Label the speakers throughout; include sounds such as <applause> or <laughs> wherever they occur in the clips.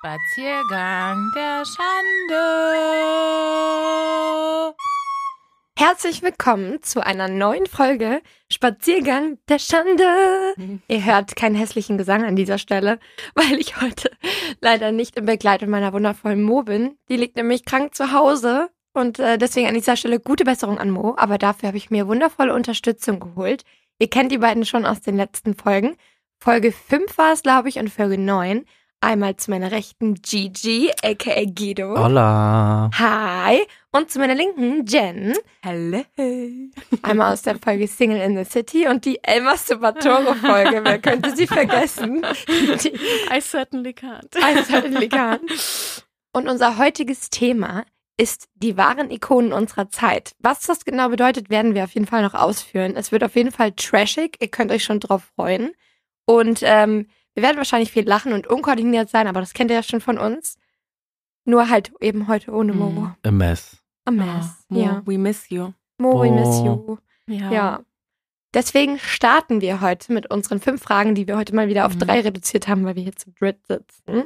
Speaker 1: Spaziergang der Schande.
Speaker 2: Herzlich willkommen zu einer neuen Folge Spaziergang der Schande. Ihr hört keinen hässlichen Gesang an dieser Stelle, <laughs> weil ich heute leider nicht in Begleitung meiner wundervollen Mo bin. Die liegt nämlich krank zu Hause und äh, deswegen an dieser Stelle gute Besserung an Mo. Aber dafür habe ich mir wundervolle Unterstützung geholt. Ihr kennt die beiden schon aus den letzten Folgen. Folge 5 war es, glaube ich, und Folge 9. Einmal zu meiner rechten Gigi, aka Guido.
Speaker 3: Hola.
Speaker 2: Hi. Und zu meiner linken Jen.
Speaker 1: Hallo.
Speaker 2: Einmal aus der Folge Single in the City und die El Masturbatore-Folge. Wer könnte sie vergessen? Die
Speaker 4: I certainly can't.
Speaker 2: Eishalle Und unser heutiges Thema ist die wahren Ikonen unserer Zeit. Was das genau bedeutet, werden wir auf jeden Fall noch ausführen. Es wird auf jeden Fall trashig. Ihr könnt euch schon drauf freuen. Und ähm, wir werden wahrscheinlich viel lachen und unkoordiniert sein, aber das kennt ihr ja schon von uns. Nur halt eben heute ohne
Speaker 1: Mhm.
Speaker 2: Momo.
Speaker 3: A mess.
Speaker 2: A mess.
Speaker 1: Mo,
Speaker 2: Ja.
Speaker 1: we miss you.
Speaker 2: Mo, we miss
Speaker 3: Oh.
Speaker 2: you. Ja. Deswegen starten wir heute mit unseren fünf Fragen, die wir heute mal wieder auf
Speaker 1: Mhm.
Speaker 2: drei reduziert haben, weil wir hier zu dritt sitzen.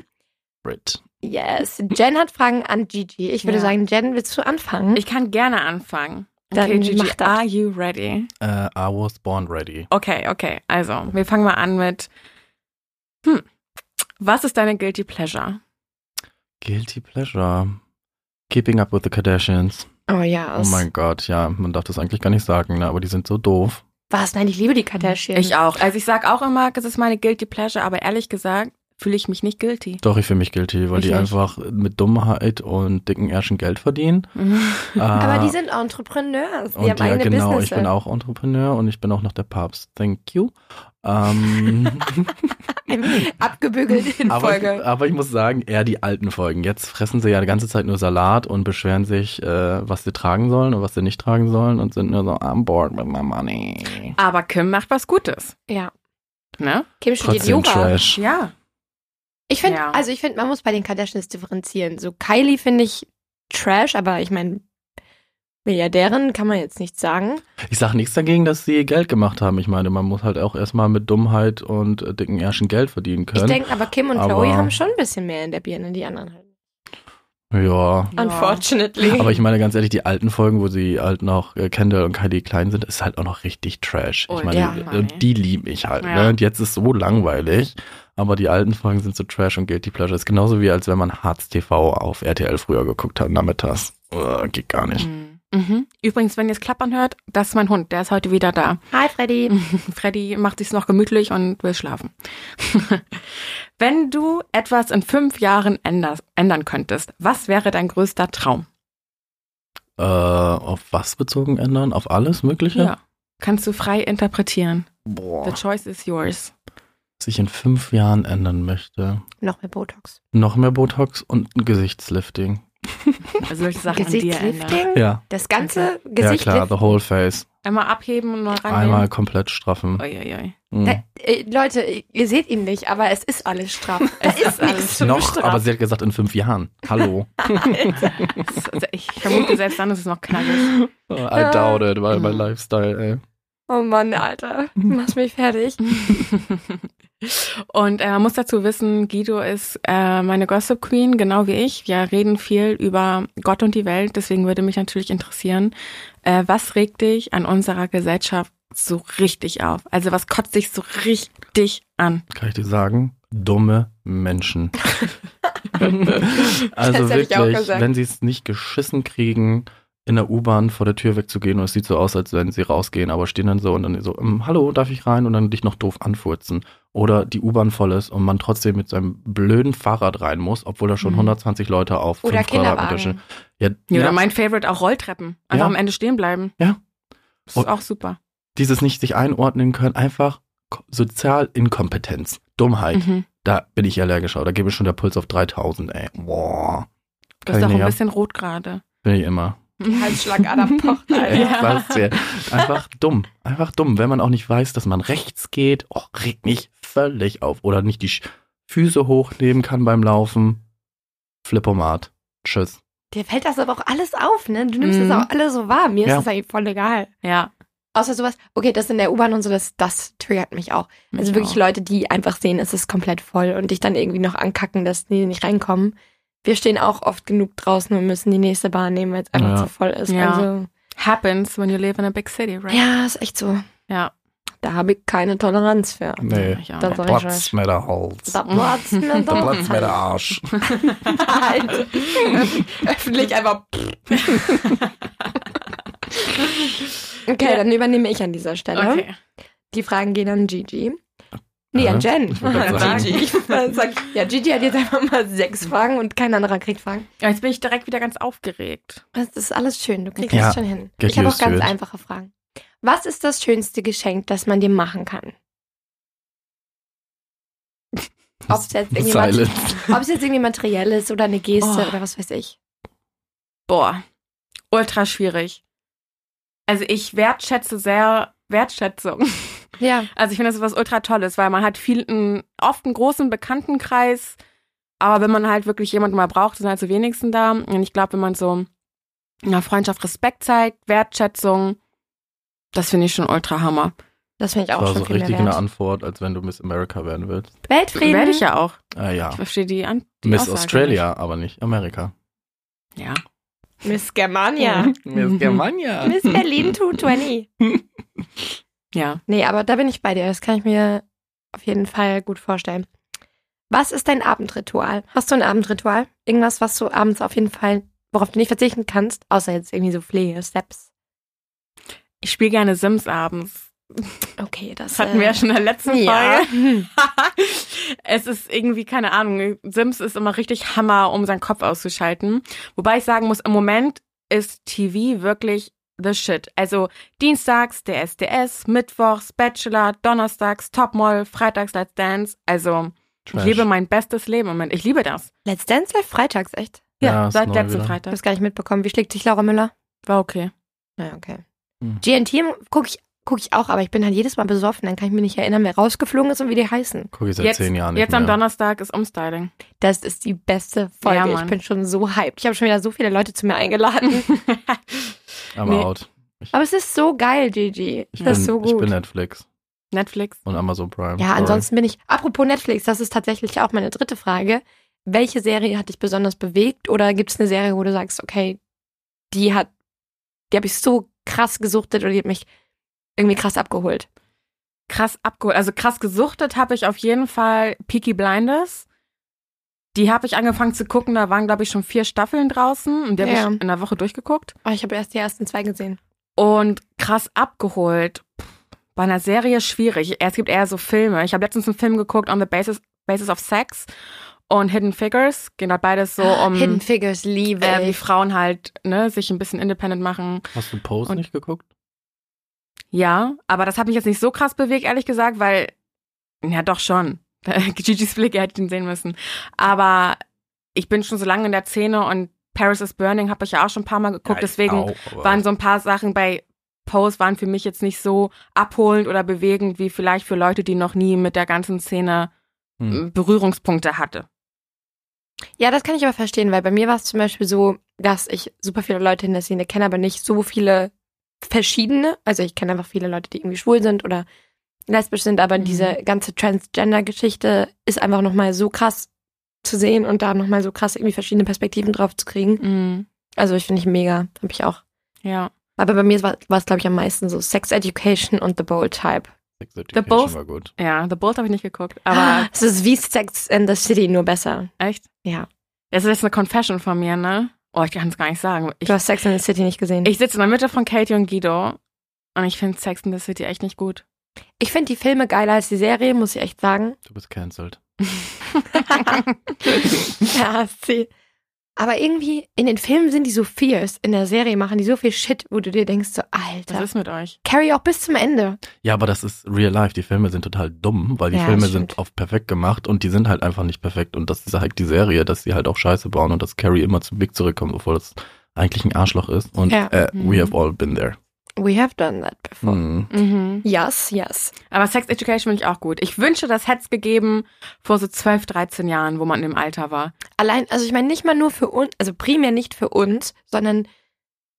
Speaker 3: Brit.
Speaker 2: Yes. Jen hat Fragen an Gigi. Ich würde
Speaker 4: Ja.
Speaker 2: sagen, Jen, willst du anfangen?
Speaker 4: Ich kann gerne anfangen.
Speaker 2: Dann
Speaker 4: okay, Gigi, Ah,
Speaker 2: mach das.
Speaker 4: are you ready?
Speaker 3: Äh, I was born ready.
Speaker 4: Okay, okay. Also, wir fangen mal an mit Hm. Was ist deine guilty pleasure?
Speaker 3: Guilty pleasure. Keeping up with the Kardashians.
Speaker 2: oh ja.
Speaker 3: Oh mein Gott, ja, man darf das eigentlich gar nicht sagen, ne? aber die sind so doof.
Speaker 2: Was? Nein, ich liebe die Kardashians.
Speaker 4: Ich auch.
Speaker 2: <laughs>
Speaker 4: Also, ich sag auch immer, das ist meine guilty pleasure, aber ehrlich gesagt, fühle ich mich nicht guilty.
Speaker 3: Doch, ich fühle mich guilty, weil
Speaker 4: Ich
Speaker 3: die
Speaker 4: nicht.
Speaker 3: einfach mit Dummheit und dicken Ärschen
Speaker 4: <laughs>
Speaker 3: Geld verdienen. Äh,
Speaker 2: Aber die sind Entrepreneurs. Die
Speaker 3: und
Speaker 2: haben
Speaker 3: ja,
Speaker 2: eigene
Speaker 3: genau,
Speaker 2: Businesses.
Speaker 3: ich bin auch Entrepreneur und ich bin auch noch der Papst. Thank you. Ähm,
Speaker 2: <laughs>
Speaker 3: <laughs>
Speaker 2: Abgebügelt in
Speaker 3: aber,
Speaker 2: Folge.
Speaker 3: ich, aber ich muss sagen, eher die alten Folgen. Jetzt fressen sie ja die ganze Zeit nur Salat und beschweren sich, äh, was sie tragen sollen und was sie nicht tragen sollen und sind nur so on board with my money.
Speaker 4: Aber Kim macht was Gutes,
Speaker 2: Ja.
Speaker 4: ne?
Speaker 2: Kim studiert
Speaker 3: Trotzdem
Speaker 2: Yoga.
Speaker 3: Trash.
Speaker 4: Ja.
Speaker 2: Ich finde,
Speaker 4: Ja.
Speaker 2: also ich finde, man muss bei den Kardashians differenzieren. So Kylie finde ich Trash, aber ich meine, Milliardärin kann man jetzt nicht sagen.
Speaker 3: Ich sage nichts dagegen, dass sie Geld gemacht haben. Ich meine, man muss halt auch erstmal mit Dummheit und äh, dicken Ärschen Geld verdienen
Speaker 2: Ich
Speaker 3: können.
Speaker 2: denke, aber Kim und
Speaker 3: aber-
Speaker 2: Chloe haben schon ein bisschen mehr in der Birne, die anderen halt.
Speaker 3: Ja.
Speaker 4: Ja.
Speaker 2: Unfortunately.
Speaker 3: Aber ich meine ganz ehrlich, die alten Folgen, wo sie halt noch äh, Kendall und Kylie klein sind, ist halt auch noch richtig trash.
Speaker 4: Oh,
Speaker 3: ich meine, äh,
Speaker 2: ja,
Speaker 4: Mann, ey.
Speaker 3: und die liebe ich halt.
Speaker 4: Ja.
Speaker 3: Ne? Und jetzt ist so langweilig, aber die alten Folgen sind so trash und guilty pleasure. Ist genauso wie als wenn man Harz TV auf RTL früher geguckt hat, nachmittags. Uh, geht gar nicht.
Speaker 4: Mhm. Mhm. Übrigens, wenn ihr es klappern hört, das ist mein Hund, der ist heute wieder da.
Speaker 2: Hi Freddy.
Speaker 4: <laughs> Freddy macht sich's noch gemütlich und will schlafen. <laughs> Wenn du etwas in fünf Jahren änders, ändern könntest, was wäre dein größter Traum?
Speaker 3: Äh, auf was bezogen ändern? Auf alles Mögliche?
Speaker 4: Kannst du frei interpretieren. The
Speaker 3: Boah,
Speaker 4: choice is yours.
Speaker 3: was ich in fünf Jahren ändern möchte.
Speaker 2: Noch mehr Botox.
Speaker 3: Noch mehr Botox und ein Gesichtslifting.
Speaker 4: Also solche Sachen an dir ändern.
Speaker 2: Gesichtslifting?
Speaker 3: Ja.
Speaker 2: Das ganze
Speaker 3: Ja
Speaker 2: Gesicht.
Speaker 3: klar, the whole face.
Speaker 4: Einmal abheben und neu rannehmen.
Speaker 3: Einmal komplett straffen.
Speaker 4: Uiuiui.
Speaker 3: Mhm.
Speaker 2: Da, äh, Leute, ihr seht ihn nicht, aber es ist alles straff. Es ist alles zu
Speaker 3: Noch, aber sie hat gesagt, in fünf Jahren.
Speaker 2: <laughs>
Speaker 3: Hallo.
Speaker 4: Also Ich vermute, selbst dann ist es noch knackig.
Speaker 3: I doubt it, weil mein
Speaker 4: Mhm.
Speaker 3: Lifestyle,
Speaker 2: Oh Mann, Alter. Du machst mich fertig.
Speaker 4: <laughs> Und äh, man muss dazu wissen, Guido ist äh, meine Gossip Queen, genau wie ich. Wir reden viel über Gott und die Welt, deswegen würde mich natürlich interessieren, äh, was regt dich an unserer Gesellschaft so richtig auf? Also was kotzt dich so richtig an?
Speaker 3: ey. Kann ich dir sagen? Dumme
Speaker 2: <laughs>
Speaker 3: Menschen. also
Speaker 2: hätte ich auch
Speaker 3: wirklich,
Speaker 2: gesagt.
Speaker 3: wenn sie es nicht geschissen kriegen, in der U-Bahn vor der Tür wegzugehen und es sieht so aus, als wenn sie rausgehen, aber stehen dann so und dann so, "Ähm, hallo, darf ich rein? Und dann dich noch doof anfurzen. Oder die U-Bahn voll ist und man trotzdem mit seinem blöden Fahrrad rein muss, obwohl da schon
Speaker 4: Mhm.
Speaker 3: 120 Leute auf
Speaker 2: Oder
Speaker 3: fünf Quadratmeter stehen.
Speaker 2: Kinderwagen.
Speaker 3: Ja,
Speaker 4: Ja,
Speaker 3: ja,
Speaker 4: Oder mein Favorite auch Rolltreppen. Einfach
Speaker 3: Ja.
Speaker 4: am Ende stehen bleiben.
Speaker 3: Ja.
Speaker 4: Das ist auch super.
Speaker 3: dieses nicht sich einordnen können, einfach ko- Sozialinkompetenz, Dummheit.
Speaker 4: Mhm.
Speaker 3: Da bin ich allergisch, aber da gebe ich schon der Puls auf 3000, ey. Boah.
Speaker 4: Du bist
Speaker 3: Kann
Speaker 4: auch
Speaker 3: ich
Speaker 4: ein
Speaker 3: nicht ab.
Speaker 4: bisschen rot
Speaker 2: <laughs>
Speaker 4: gerade.
Speaker 3: Bin ich immer.
Speaker 2: Die Halsschlagader pocht,
Speaker 3: Ey,
Speaker 2: Alter.
Speaker 4: Ja.
Speaker 3: was denn? Einfach dumm. Einfach dumm. Wenn man auch nicht weiß, dass man rechts geht, oh, regt mich völlig auf. Oder nicht die Sch- Füße hochnehmen kann beim Laufen. Flippomat. Tschüss.
Speaker 2: Dir fällt das aber auch alles auf, ne? Du nimmst
Speaker 4: Mhm.
Speaker 2: das auch alles so wahr. Mir
Speaker 3: Ja.
Speaker 2: ist das eigentlich voll egal.
Speaker 4: <laughs> Ja.
Speaker 2: Außer sowas, okay, das in der U-Bahn und so, das, das triggert mich auch.
Speaker 4: Mich
Speaker 2: also wirklich
Speaker 4: auch.
Speaker 2: Leute, die einfach sehen, es ist komplett voll und dich dann irgendwie noch ankacken, dass die nicht reinkommen. Wir stehen auch oft genug draußen und müssen die nächste Bahn nehmen, weil es einfach
Speaker 3: Ja.
Speaker 2: zu voll ist.
Speaker 4: Ja.
Speaker 2: Also,
Speaker 4: Happens when you live in a big city, right?
Speaker 2: ja, ist echt so.
Speaker 4: Ja.
Speaker 2: Da habe ich keine Toleranz für.
Speaker 3: Nee.
Speaker 4: Ich auch.
Speaker 2: Da soll ich
Speaker 3: Platz
Speaker 2: was.
Speaker 3: mit der Holz.
Speaker 2: Da Platz
Speaker 3: <laughs>
Speaker 2: mit der
Speaker 3: Der Platz
Speaker 2: <laughs>
Speaker 3: mit der Arsch.
Speaker 2: Halt. Öffentlich einfach. <laughs> okay, dann übernehme ich an dieser Stelle.
Speaker 4: Okay.
Speaker 2: Die Fragen gehen an Gigi. Nee, <laughs>
Speaker 3: Aha.
Speaker 2: an Jen.
Speaker 3: Ich wollte gerade sagen.
Speaker 2: Gigi. Ich wollte sagen, ja, Gigi hat jetzt einfach mal sechs Fragen und kein anderer kriegt Fragen.
Speaker 4: Ja, Jetzt bin ich direkt wieder ganz aufgeregt.
Speaker 2: Das ist alles schön, du kriegst
Speaker 3: Ja.
Speaker 2: das schon hin.
Speaker 3: Get
Speaker 2: ich habe auch
Speaker 3: used to
Speaker 2: ganz
Speaker 3: it.
Speaker 2: einfache Fragen. Was ist das schönste Geschenk, das man dir machen kann? Ob es
Speaker 3: <laughs>
Speaker 2: jetzt, irgendwie mat-
Speaker 3: Silence.
Speaker 2: ob es jetzt irgendwie materiell ist oder eine Geste
Speaker 4: Oh.
Speaker 2: oder was weiß ich.
Speaker 4: Boah, ultra schwierig. Also ich wertschätze sehr Wertschätzung. <laughs>
Speaker 2: Ja.
Speaker 4: Also ich finde, das ist was ultra Tolles, weil man hat viel, einen, oft einen großen Bekanntenkreis, aber wenn man halt wirklich jemanden mal braucht, sind halt so wenigsten da. Und ich glaube, wenn man so einer Freundschaft Respekt zeigt, Wertschätzung, das finde ich schon ultra Hammer.
Speaker 2: Das finde ich
Speaker 3: Das
Speaker 2: auch
Speaker 3: war
Speaker 2: schon
Speaker 3: so
Speaker 2: viel mehr
Speaker 3: richtig genau eine
Speaker 2: wert.
Speaker 3: Antwort, als wenn du Miss America werden willst.
Speaker 2: Weltfrieden.
Speaker 4: Werde ich ja auch.
Speaker 3: Ah ja.
Speaker 4: Ich verstehe die an. Die
Speaker 3: Miss
Speaker 4: Aussage
Speaker 3: Australia, aber nicht Amerika.
Speaker 4: Nicht. Ja.
Speaker 2: Miss Germania.
Speaker 4: Mhm. Miss
Speaker 3: Germania.
Speaker 2: Miss
Speaker 3: <laughs>
Speaker 2: Berlin 220.
Speaker 4: Ja.
Speaker 2: Nee, aber da bin ich bei dir. Das kann ich mir auf jeden Fall gut vorstellen. Was ist dein Abendritual? Hast du ein Abendritual? Irgendwas, was du abends auf jeden Fall, worauf du nicht verzichten kannst, außer jetzt irgendwie so Pflege, Steps.
Speaker 4: Ich spiele gerne Sims abends.
Speaker 2: Okay, das,
Speaker 4: Das
Speaker 2: ähm,
Speaker 4: hatten wir ja schon in der letzten
Speaker 2: Ja.
Speaker 4: Folge.
Speaker 2: <laughs>
Speaker 4: <laughs> es ist irgendwie, keine Ahnung, Sims ist immer richtig Hammer, um seinen Kopf auszuschalten. Wobei ich sagen muss, im Moment ist TV wirklich the shit. Also dienstags der SDS, mittwochs Bachelor, donnerstags Topmodel, freitags Let's Dance. Also ich lebe mein bestes Leben im Moment. Ich liebe das.
Speaker 2: Let's Dance läuft freitags, echt?
Speaker 3: Ja, ist
Speaker 4: seit
Speaker 3: neu
Speaker 4: letzten
Speaker 3: wieder.
Speaker 2: Ich
Speaker 4: Freitag.
Speaker 2: hab's gar nicht mitbekommen. Wie schlägt sich Laura Müller?
Speaker 4: War okay.
Speaker 2: Ja, okay.
Speaker 3: Hm.
Speaker 2: GNT gucke ich, guck ich auch, aber ich bin halt jedes Mal besoffen. Dann kann ich mir nicht erinnern, wer rausgeflogen ist und wie die heißen.
Speaker 3: Guck ich seit
Speaker 4: Jetzt-
Speaker 3: zehn Jahren nicht
Speaker 4: Jetzt
Speaker 3: mehr.
Speaker 4: am Donnerstag ist Umstyling. <laughs>
Speaker 2: Das ist die beste Folge.
Speaker 4: Ja,
Speaker 2: ich
Speaker 4: Mann.
Speaker 2: bin schon so hyped. Ich habe schon wieder so viele Leute zu mir <laughs> eingeladen.
Speaker 3: Aber
Speaker 4: Nee.
Speaker 3: out.
Speaker 2: Aber es ist so geil, Gigi.
Speaker 3: Ich
Speaker 2: das
Speaker 3: bin,
Speaker 2: ist so
Speaker 3: Ich
Speaker 2: gut.
Speaker 3: bin Netflix
Speaker 4: Netflix.
Speaker 3: und Amazon Prime.
Speaker 2: ja,
Speaker 3: Sorry.
Speaker 2: ansonsten bin ich. Apropos Netflix, das ist tatsächlich auch meine dritte Frage. Welche Serie hat dich besonders bewegt? Oder gibt es eine Serie, wo du sagst, okay, die hat, die habe ich so krass gesuchtet oder die hat mich irgendwie krass abgeholt?
Speaker 4: krass abgeholt. Also krass gesuchtet habe ich auf jeden Fall Peaky Blinders. Die habe ich angefangen zu gucken, da waren, glaube ich, schon vier Staffeln draußen und die habe
Speaker 2: Ja.
Speaker 4: ich in der Woche durchgeguckt.
Speaker 2: Oh, ich habe erst die ersten zwei gesehen.
Speaker 4: Und krass abgeholt. Pff, Bei einer Serie schwierig. Es gibt eher so Filme. Ich habe letztens einen Film geguckt, On the Basis, Basis of Sex und Hidden Figures. Gehen halt beides so um,
Speaker 2: Ah, Hidden Figures liebe
Speaker 4: äh, wie
Speaker 2: ich.
Speaker 4: Frauen halt ne, sich ein bisschen independent machen.
Speaker 3: Hast du Pose
Speaker 4: Und-
Speaker 3: nicht geguckt?
Speaker 4: Ja, aber das hat mich jetzt nicht so krass bewegt, ehrlich gesagt, weil, ja doch schon. <laughs> Gigi's Blick, ihr hättet ihn sehen müssen. Aber ich bin schon so lange in der Szene und Paris is Burning habe ich ja auch schon ein paar Mal geguckt,
Speaker 3: Ja,
Speaker 4: deswegen
Speaker 3: auch, aber-
Speaker 4: waren so ein paar Sachen bei Post waren für mich jetzt nicht so abholend oder bewegend, wie vielleicht für Leute, die noch nie mit der ganzen Szene
Speaker 3: Hm.
Speaker 4: äh, Berührungspunkte hatte.
Speaker 2: Ja, das kann ich aber verstehen, weil bei mir war es zum Beispiel so, dass ich super viele Leute in der Szene kenne, aber nicht so viele verschiedene. Also ich kenne einfach viele Leute, die irgendwie schwul sind oder lesbisch sind, aber
Speaker 4: Mhm.
Speaker 2: diese ganze Transgender-Geschichte ist einfach nochmal so krass zu sehen und da nochmal so krass irgendwie verschiedene Perspektiven drauf zu kriegen. Also ich finde ich mega, habe ich auch.
Speaker 4: Ja.
Speaker 2: Aber bei mir war war es, glaube ich, am meisten so Sex Education und The Bold Type.
Speaker 3: Sex Education
Speaker 4: Both-
Speaker 3: war gut.
Speaker 4: Ja, The Bolt habe ich nicht geguckt, aber
Speaker 2: es ist wie Sex in the City, nur besser.
Speaker 4: echt?
Speaker 2: Ah. Ja.
Speaker 4: Das ist jetzt eine Confession von mir, ne? Oh, ich kann es gar nicht sagen. Ich
Speaker 2: Du hast Sex in the City nicht gesehen.
Speaker 4: Ich sitze in der Mitte von Katie und Guido und ich finde Sex in the City echt nicht gut.
Speaker 2: ich finde die Filme geiler als die Serie, muss ich echt sagen.
Speaker 3: Du bist cancelled.
Speaker 2: ja, sie. Aber irgendwie in den Filmen sind die so fierce, in der Serie machen die so viel Shit, wo du dir denkst so,
Speaker 4: Was
Speaker 2: Alter.
Speaker 4: ist mit euch?
Speaker 2: Carrie auch bis zum Ende.
Speaker 3: Ja, aber das ist real life. Die Filme sind total dumm, weil die
Speaker 2: Ja,
Speaker 3: Filme
Speaker 2: das
Speaker 3: sind
Speaker 2: stimmt.
Speaker 3: oft perfekt gemacht und die sind halt einfach nicht perfekt. Und das ist halt die Serie, dass sie halt auch Scheiße bauen und dass Carrie immer zu Big zurückkommt, obwohl das eigentlich ein Arschloch ist. Und
Speaker 2: Ja.
Speaker 3: äh,
Speaker 4: Mhm.
Speaker 3: we have all been there.
Speaker 2: We have done that before.
Speaker 3: Mhm.
Speaker 4: Mhm.
Speaker 2: Yes, yes.
Speaker 4: Aber Sex Education finde ich auch gut. Ich wünsche, das hätte es gegeben vor so 12, 13 Jahren, wo man im Alter war.
Speaker 2: Allein, also ich meine nicht mal nur für uns, also primär nicht für uns, sondern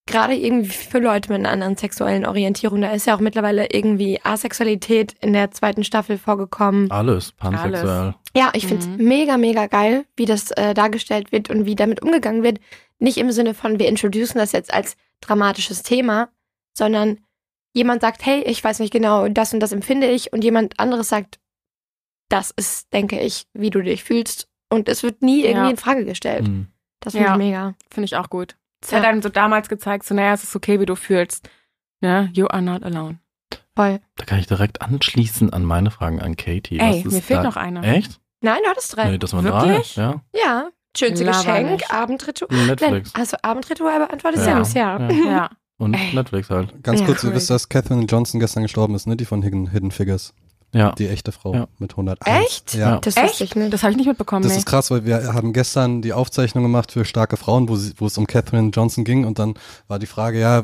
Speaker 2: gerade irgendwie für Leute mit einer anderen sexuellen Orientierung, da ist ja auch mittlerweile irgendwie Asexualität in der zweiten Staffel vorgekommen.
Speaker 3: Alles pansexuell.
Speaker 2: Ja, ich
Speaker 4: Mhm.
Speaker 2: find's mega, mega geil, wie das äh, dargestellt wird und wie damit umgegangen wird. Nicht im Sinne von, wir introducen das jetzt als dramatisches Thema, sondern jemand sagt, hey, ich weiß nicht genau, das und das empfinde ich und jemand anderes sagt, das ist, denke ich, wie du dich fühlst und es wird nie irgendwie
Speaker 4: Ja.
Speaker 2: in Frage gestellt.
Speaker 3: Mhm.
Speaker 2: Das finde
Speaker 4: Ja.
Speaker 2: ich mega.
Speaker 4: Finde ich auch gut. Es
Speaker 2: Ja.
Speaker 4: hat einem so damals gezeigt, so, naja, es ist okay, wie du fühlst. Ja, you are not alone.
Speaker 2: Voll.
Speaker 3: Da kann ich direkt anschließen an meine Fragen an Katie.
Speaker 4: Ey,
Speaker 3: Was
Speaker 4: mir
Speaker 3: ist
Speaker 4: fehlt
Speaker 3: da-
Speaker 4: noch einer.
Speaker 3: Echt?
Speaker 2: Nein, du hattest drei.
Speaker 3: Nee, das waren
Speaker 4: Wirklich?
Speaker 3: drei. Ja.
Speaker 2: Ja, schönste
Speaker 4: Laber
Speaker 2: Geschenk,
Speaker 4: nicht.
Speaker 2: Abendritual. Nein,
Speaker 3: Netflix.
Speaker 2: also Abendritual beantwortet
Speaker 3: Ja.
Speaker 2: Sims, ja.
Speaker 3: Ja.
Speaker 4: Ja.
Speaker 3: Und
Speaker 4: Ey.
Speaker 3: Netflix halt.
Speaker 1: Ganz
Speaker 2: Ja,
Speaker 1: kurz,
Speaker 4: cool.
Speaker 1: ihr wisst, dass Catherine Johnson gestern gestorben ist, ne? Die von Hidden, Hidden Figures.
Speaker 3: Ja.
Speaker 1: Die echte Frau
Speaker 3: Ja.
Speaker 1: mit 101.
Speaker 2: Echt?
Speaker 1: Ja.
Speaker 2: Das wusste ich
Speaker 4: Echt?
Speaker 2: nicht.
Speaker 4: Das habe ich nicht mitbekommen.
Speaker 1: Das
Speaker 4: nee.
Speaker 1: ist krass, weil wir haben gestern die Aufzeichnung gemacht für starke Frauen, wo, sie, wo es um Catherine Johnson ging und dann war die Frage, ja,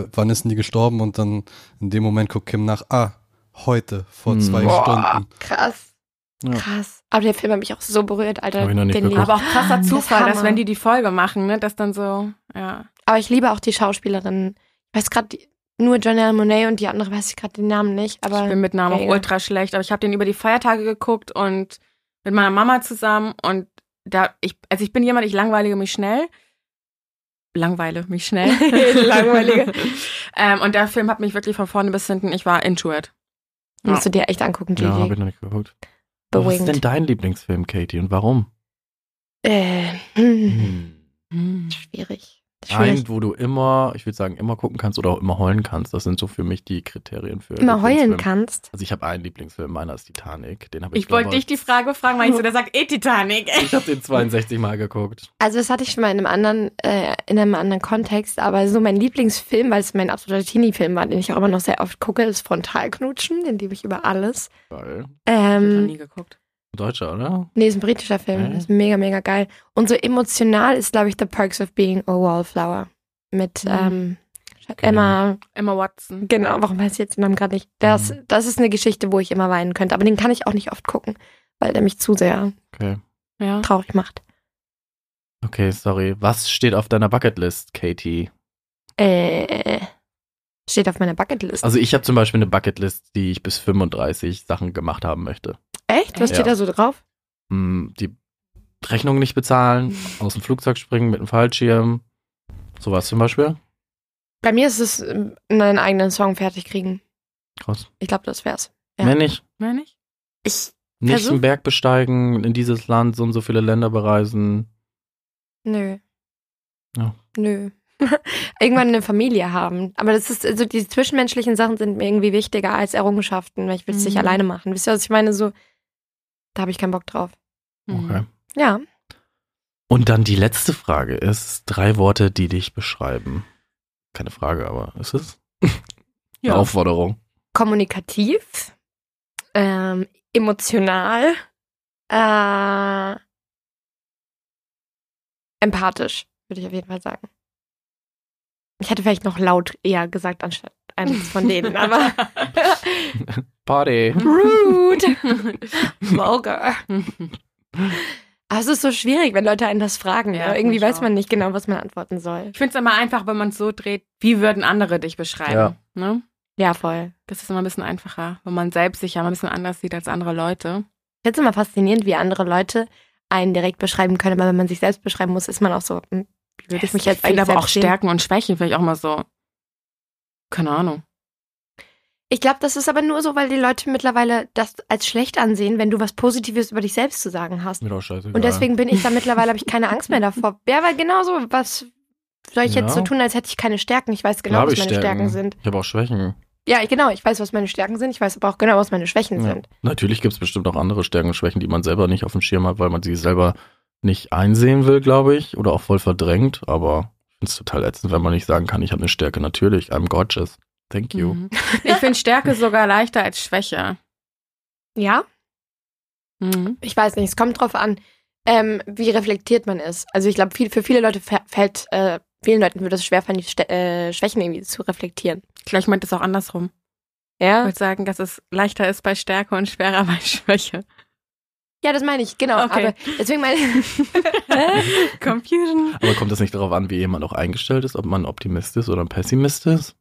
Speaker 1: äh, wann ist denn die gestorben? Und dann in dem Moment guckt Kim nach, ah, heute, vor
Speaker 3: Hm.
Speaker 1: zwei
Speaker 2: Boah.
Speaker 1: Stunden.
Speaker 2: Krass.
Speaker 3: Ja.
Speaker 2: Krass. Aber der Film hat mich auch so berührt, Alter.
Speaker 3: Hab ich noch nicht
Speaker 2: den
Speaker 3: geguckt.
Speaker 2: lieb-
Speaker 4: aber auch
Speaker 2: <laughs>
Speaker 4: krasser Zufall,
Speaker 2: Ah, Hammer.
Speaker 4: dass wenn die die Folge machen, ne, dass dann so, ja.
Speaker 2: Aber ich liebe auch die Schauspielerin. Ich weiß gerade nur Janelle Monet und die andere weiß ich gerade den Namen nicht,
Speaker 4: ich
Speaker 2: aber
Speaker 4: bin mit Namen auch
Speaker 2: mega.
Speaker 4: ultra schlecht, aber ich habe den über die Feiertage geguckt und mit meiner Mama zusammen und da ich also ich bin jemand, ich langweile mich schnell. Langweile mich schnell.
Speaker 2: Langweilige.
Speaker 4: ähm, und der Film hat mich wirklich von vorne bis hinten, ich war into it.
Speaker 2: musst du dir echt angucken, Gigi.
Speaker 3: Ja, habe ich noch nicht geguckt. Was ist denn
Speaker 2: Bewinged.
Speaker 3: dein Lieblingsfilm, Katie, und warum?
Speaker 2: Äh, hm.
Speaker 4: Hm.
Speaker 2: <laughs> Schwierig. Schwierig.
Speaker 3: Ein, wo du immer, ich würde sagen, immer gucken kannst oder auch immer heulen kannst. Das sind so für mich die Kriterien für.
Speaker 2: Mal heulen
Speaker 3: Lieblingsfilm.
Speaker 2: kannst.
Speaker 3: Also ich habe einen Lieblingsfilm, meiner ist Titanic. Den habe ich
Speaker 4: Ich wollte
Speaker 3: glaube-
Speaker 4: dich die Frage fragen, weil ich so, der sagt eh Titanic.
Speaker 3: Ich habe den 62 Mal geguckt.
Speaker 2: Also das hatte ich schon mal in einem anderen, äh, in einem anderen Kontext, aber so mein Lieblingsfilm, weil es mein absoluter Teenie-Film war, den ich auch immer noch sehr oft gucke, ist Frontalknutschen, den liebe ich über alles.
Speaker 3: Geil.
Speaker 4: Noch
Speaker 2: Ähm,
Speaker 4: nie geguckt.
Speaker 3: Deutscher, oder?
Speaker 2: nee, ist ein britischer Film,
Speaker 3: Mhm.
Speaker 2: ist mega, mega geil. Und so emotional ist, glaube ich, The Perks of Being a Wallflower mit
Speaker 3: Hm.
Speaker 4: Mhm.
Speaker 2: ähm,
Speaker 3: Okay.
Speaker 2: Emma,
Speaker 4: Emma Watson.
Speaker 2: genau, warum weiß ich jetzt den Namen gerade nicht. Das,
Speaker 3: Hm.
Speaker 2: das ist eine Geschichte, wo ich immer weinen könnte, aber den kann ich auch nicht oft gucken, weil der mich zu sehr
Speaker 3: Okay.
Speaker 4: Ja.
Speaker 2: traurig macht.
Speaker 3: Okay, sorry. Was steht auf deiner Bucketlist, Katie?
Speaker 2: Äh, steht auf meiner Bucketlist.
Speaker 3: Also ich habe zum Beispiel eine Bucketlist, die ich bis 35 Sachen gemacht haben möchte.
Speaker 2: Echt? Was
Speaker 3: Ja.
Speaker 2: steht da so drauf?
Speaker 3: Hm, die Rechnung
Speaker 2: <laughs>
Speaker 3: nicht bezahlen, aus dem Flugzeug springen mit einem Fallschirm. Sowas zum Beispiel.
Speaker 2: Bei mir ist es ähm, einen eigenen Song fertig kriegen.
Speaker 3: Krass.
Speaker 2: Ich glaube, das wär's. Ja.
Speaker 3: Ja. Wenn ich
Speaker 4: Mehr nicht?
Speaker 2: Ich.
Speaker 3: nicht
Speaker 2: Versuch-
Speaker 3: einen Berg besteigen, in dieses Land so und so viele Länder bereisen.
Speaker 2: Nö.
Speaker 3: Ja.
Speaker 2: Nö. <laughs> Irgendwann eine Familie haben. Aber das ist, also die zwischenmenschlichen Sachen sind mir irgendwie wichtiger als Errungenschaften, weil ich will es nicht
Speaker 4: Mhm.
Speaker 2: alleine machen. Wisst ihr, was ich meine? So, da habe ich keinen Bock drauf. Mhm.
Speaker 4: Hm.
Speaker 3: Okay.
Speaker 2: Ja.
Speaker 3: Und dann die letzte Frage ist drei Worte, die dich beschreiben. Keine Frage, aber ist es?
Speaker 4: Ja.
Speaker 3: Eine Aufforderung.
Speaker 2: Kommunikativ, ähm, emotional, äh, empathisch, würde ich auf jeden Fall sagen. Ich hätte vielleicht noch laut eher gesagt, anstatt eines
Speaker 4: <laughs>
Speaker 2: von denen, aber
Speaker 3: Party.
Speaker 2: Mhm. rude, vulgar. Aber es ist so schwierig, wenn Leute einen das fragen.
Speaker 4: Ja,
Speaker 2: ne?
Speaker 4: finde
Speaker 2: Irgendwie
Speaker 4: ich
Speaker 2: weiß man nicht genau, was man antworten soll.
Speaker 4: Ich finde es immer einfach, wenn man es so dreht, wie würden andere dich beschreiben?
Speaker 3: Ja.
Speaker 4: Ne?
Speaker 2: Ja, voll.
Speaker 4: Das ist immer ein bisschen einfacher, wenn man selbst sich ja mal ein bisschen anders sieht als andere Leute.
Speaker 2: Ich finde es immer faszinierend, wie andere Leute einen direkt beschreiben können, aber wenn man sich selbst beschreiben muss, ist man auch so, hm, wie würde ich mich jetzt
Speaker 4: Viele
Speaker 2: eigentlich
Speaker 4: aber auch
Speaker 2: selbst sehen?
Speaker 4: Stärken und Schwächen, vielleicht auch mal so. Keine Ahnung.
Speaker 2: Ich glaube, das ist aber nur so, weil die Leute mittlerweile das als schlecht ansehen, wenn du was Positives über dich selbst zu sagen hast.
Speaker 3: Mir doch scheißegal.
Speaker 2: Und deswegen bin ich da mittlerweile, habe ich keine Angst mehr davor. Ja, weil genauso, was soll ich jetzt
Speaker 3: Ja.
Speaker 2: so tun, als hätte ich keine Stärken? Ich weiß genau,
Speaker 3: Klar hab
Speaker 2: was
Speaker 3: ich
Speaker 2: meine Stärken sind.
Speaker 3: Ich habe auch Schwächen.
Speaker 2: Ja, genau, ich weiß, was meine Stärken sind. Ich weiß aber auch genau, was meine Schwächen
Speaker 3: Ja.
Speaker 2: sind.
Speaker 3: Natürlich gibt es bestimmt auch andere Stärken und Schwächen, die man selber nicht auf dem Schirm hat, weil man sie selber nicht einsehen will, glaube ich, oder auch voll verdrängt. Aber ich finde es total ätzend, wenn man nicht sagen kann, ich habe eine Stärke. Natürlich, I'm gorgeous. Thank you.
Speaker 4: Mhm. <laughs> Ich finde Stärke sogar leichter als Schwäche.
Speaker 2: Ja,
Speaker 4: Mhm.
Speaker 2: ich weiß nicht. Es kommt drauf an, ähm, wie reflektiert man ist. Also ich glaube, viel, für viele Leute fä- fällt, äh, vielen Leuten würde es schwerfallen, die Ste äh, Schwächen irgendwie zu reflektieren.
Speaker 4: Gleich meint es auch andersrum. Ich
Speaker 2: Ja.
Speaker 4: würde sagen, dass es leichter ist bei Stärke und schwerer bei Schwäche.
Speaker 2: Ja, das meine ich, genau.
Speaker 4: Okay.
Speaker 2: Aber deswegen meine
Speaker 4: <laughs>
Speaker 2: <laughs>
Speaker 4: Confusion.
Speaker 3: Aber kommt das nicht darauf an, wie jemand auch eingestellt ist, ob man Optimist ist oder ein Pessimist ist?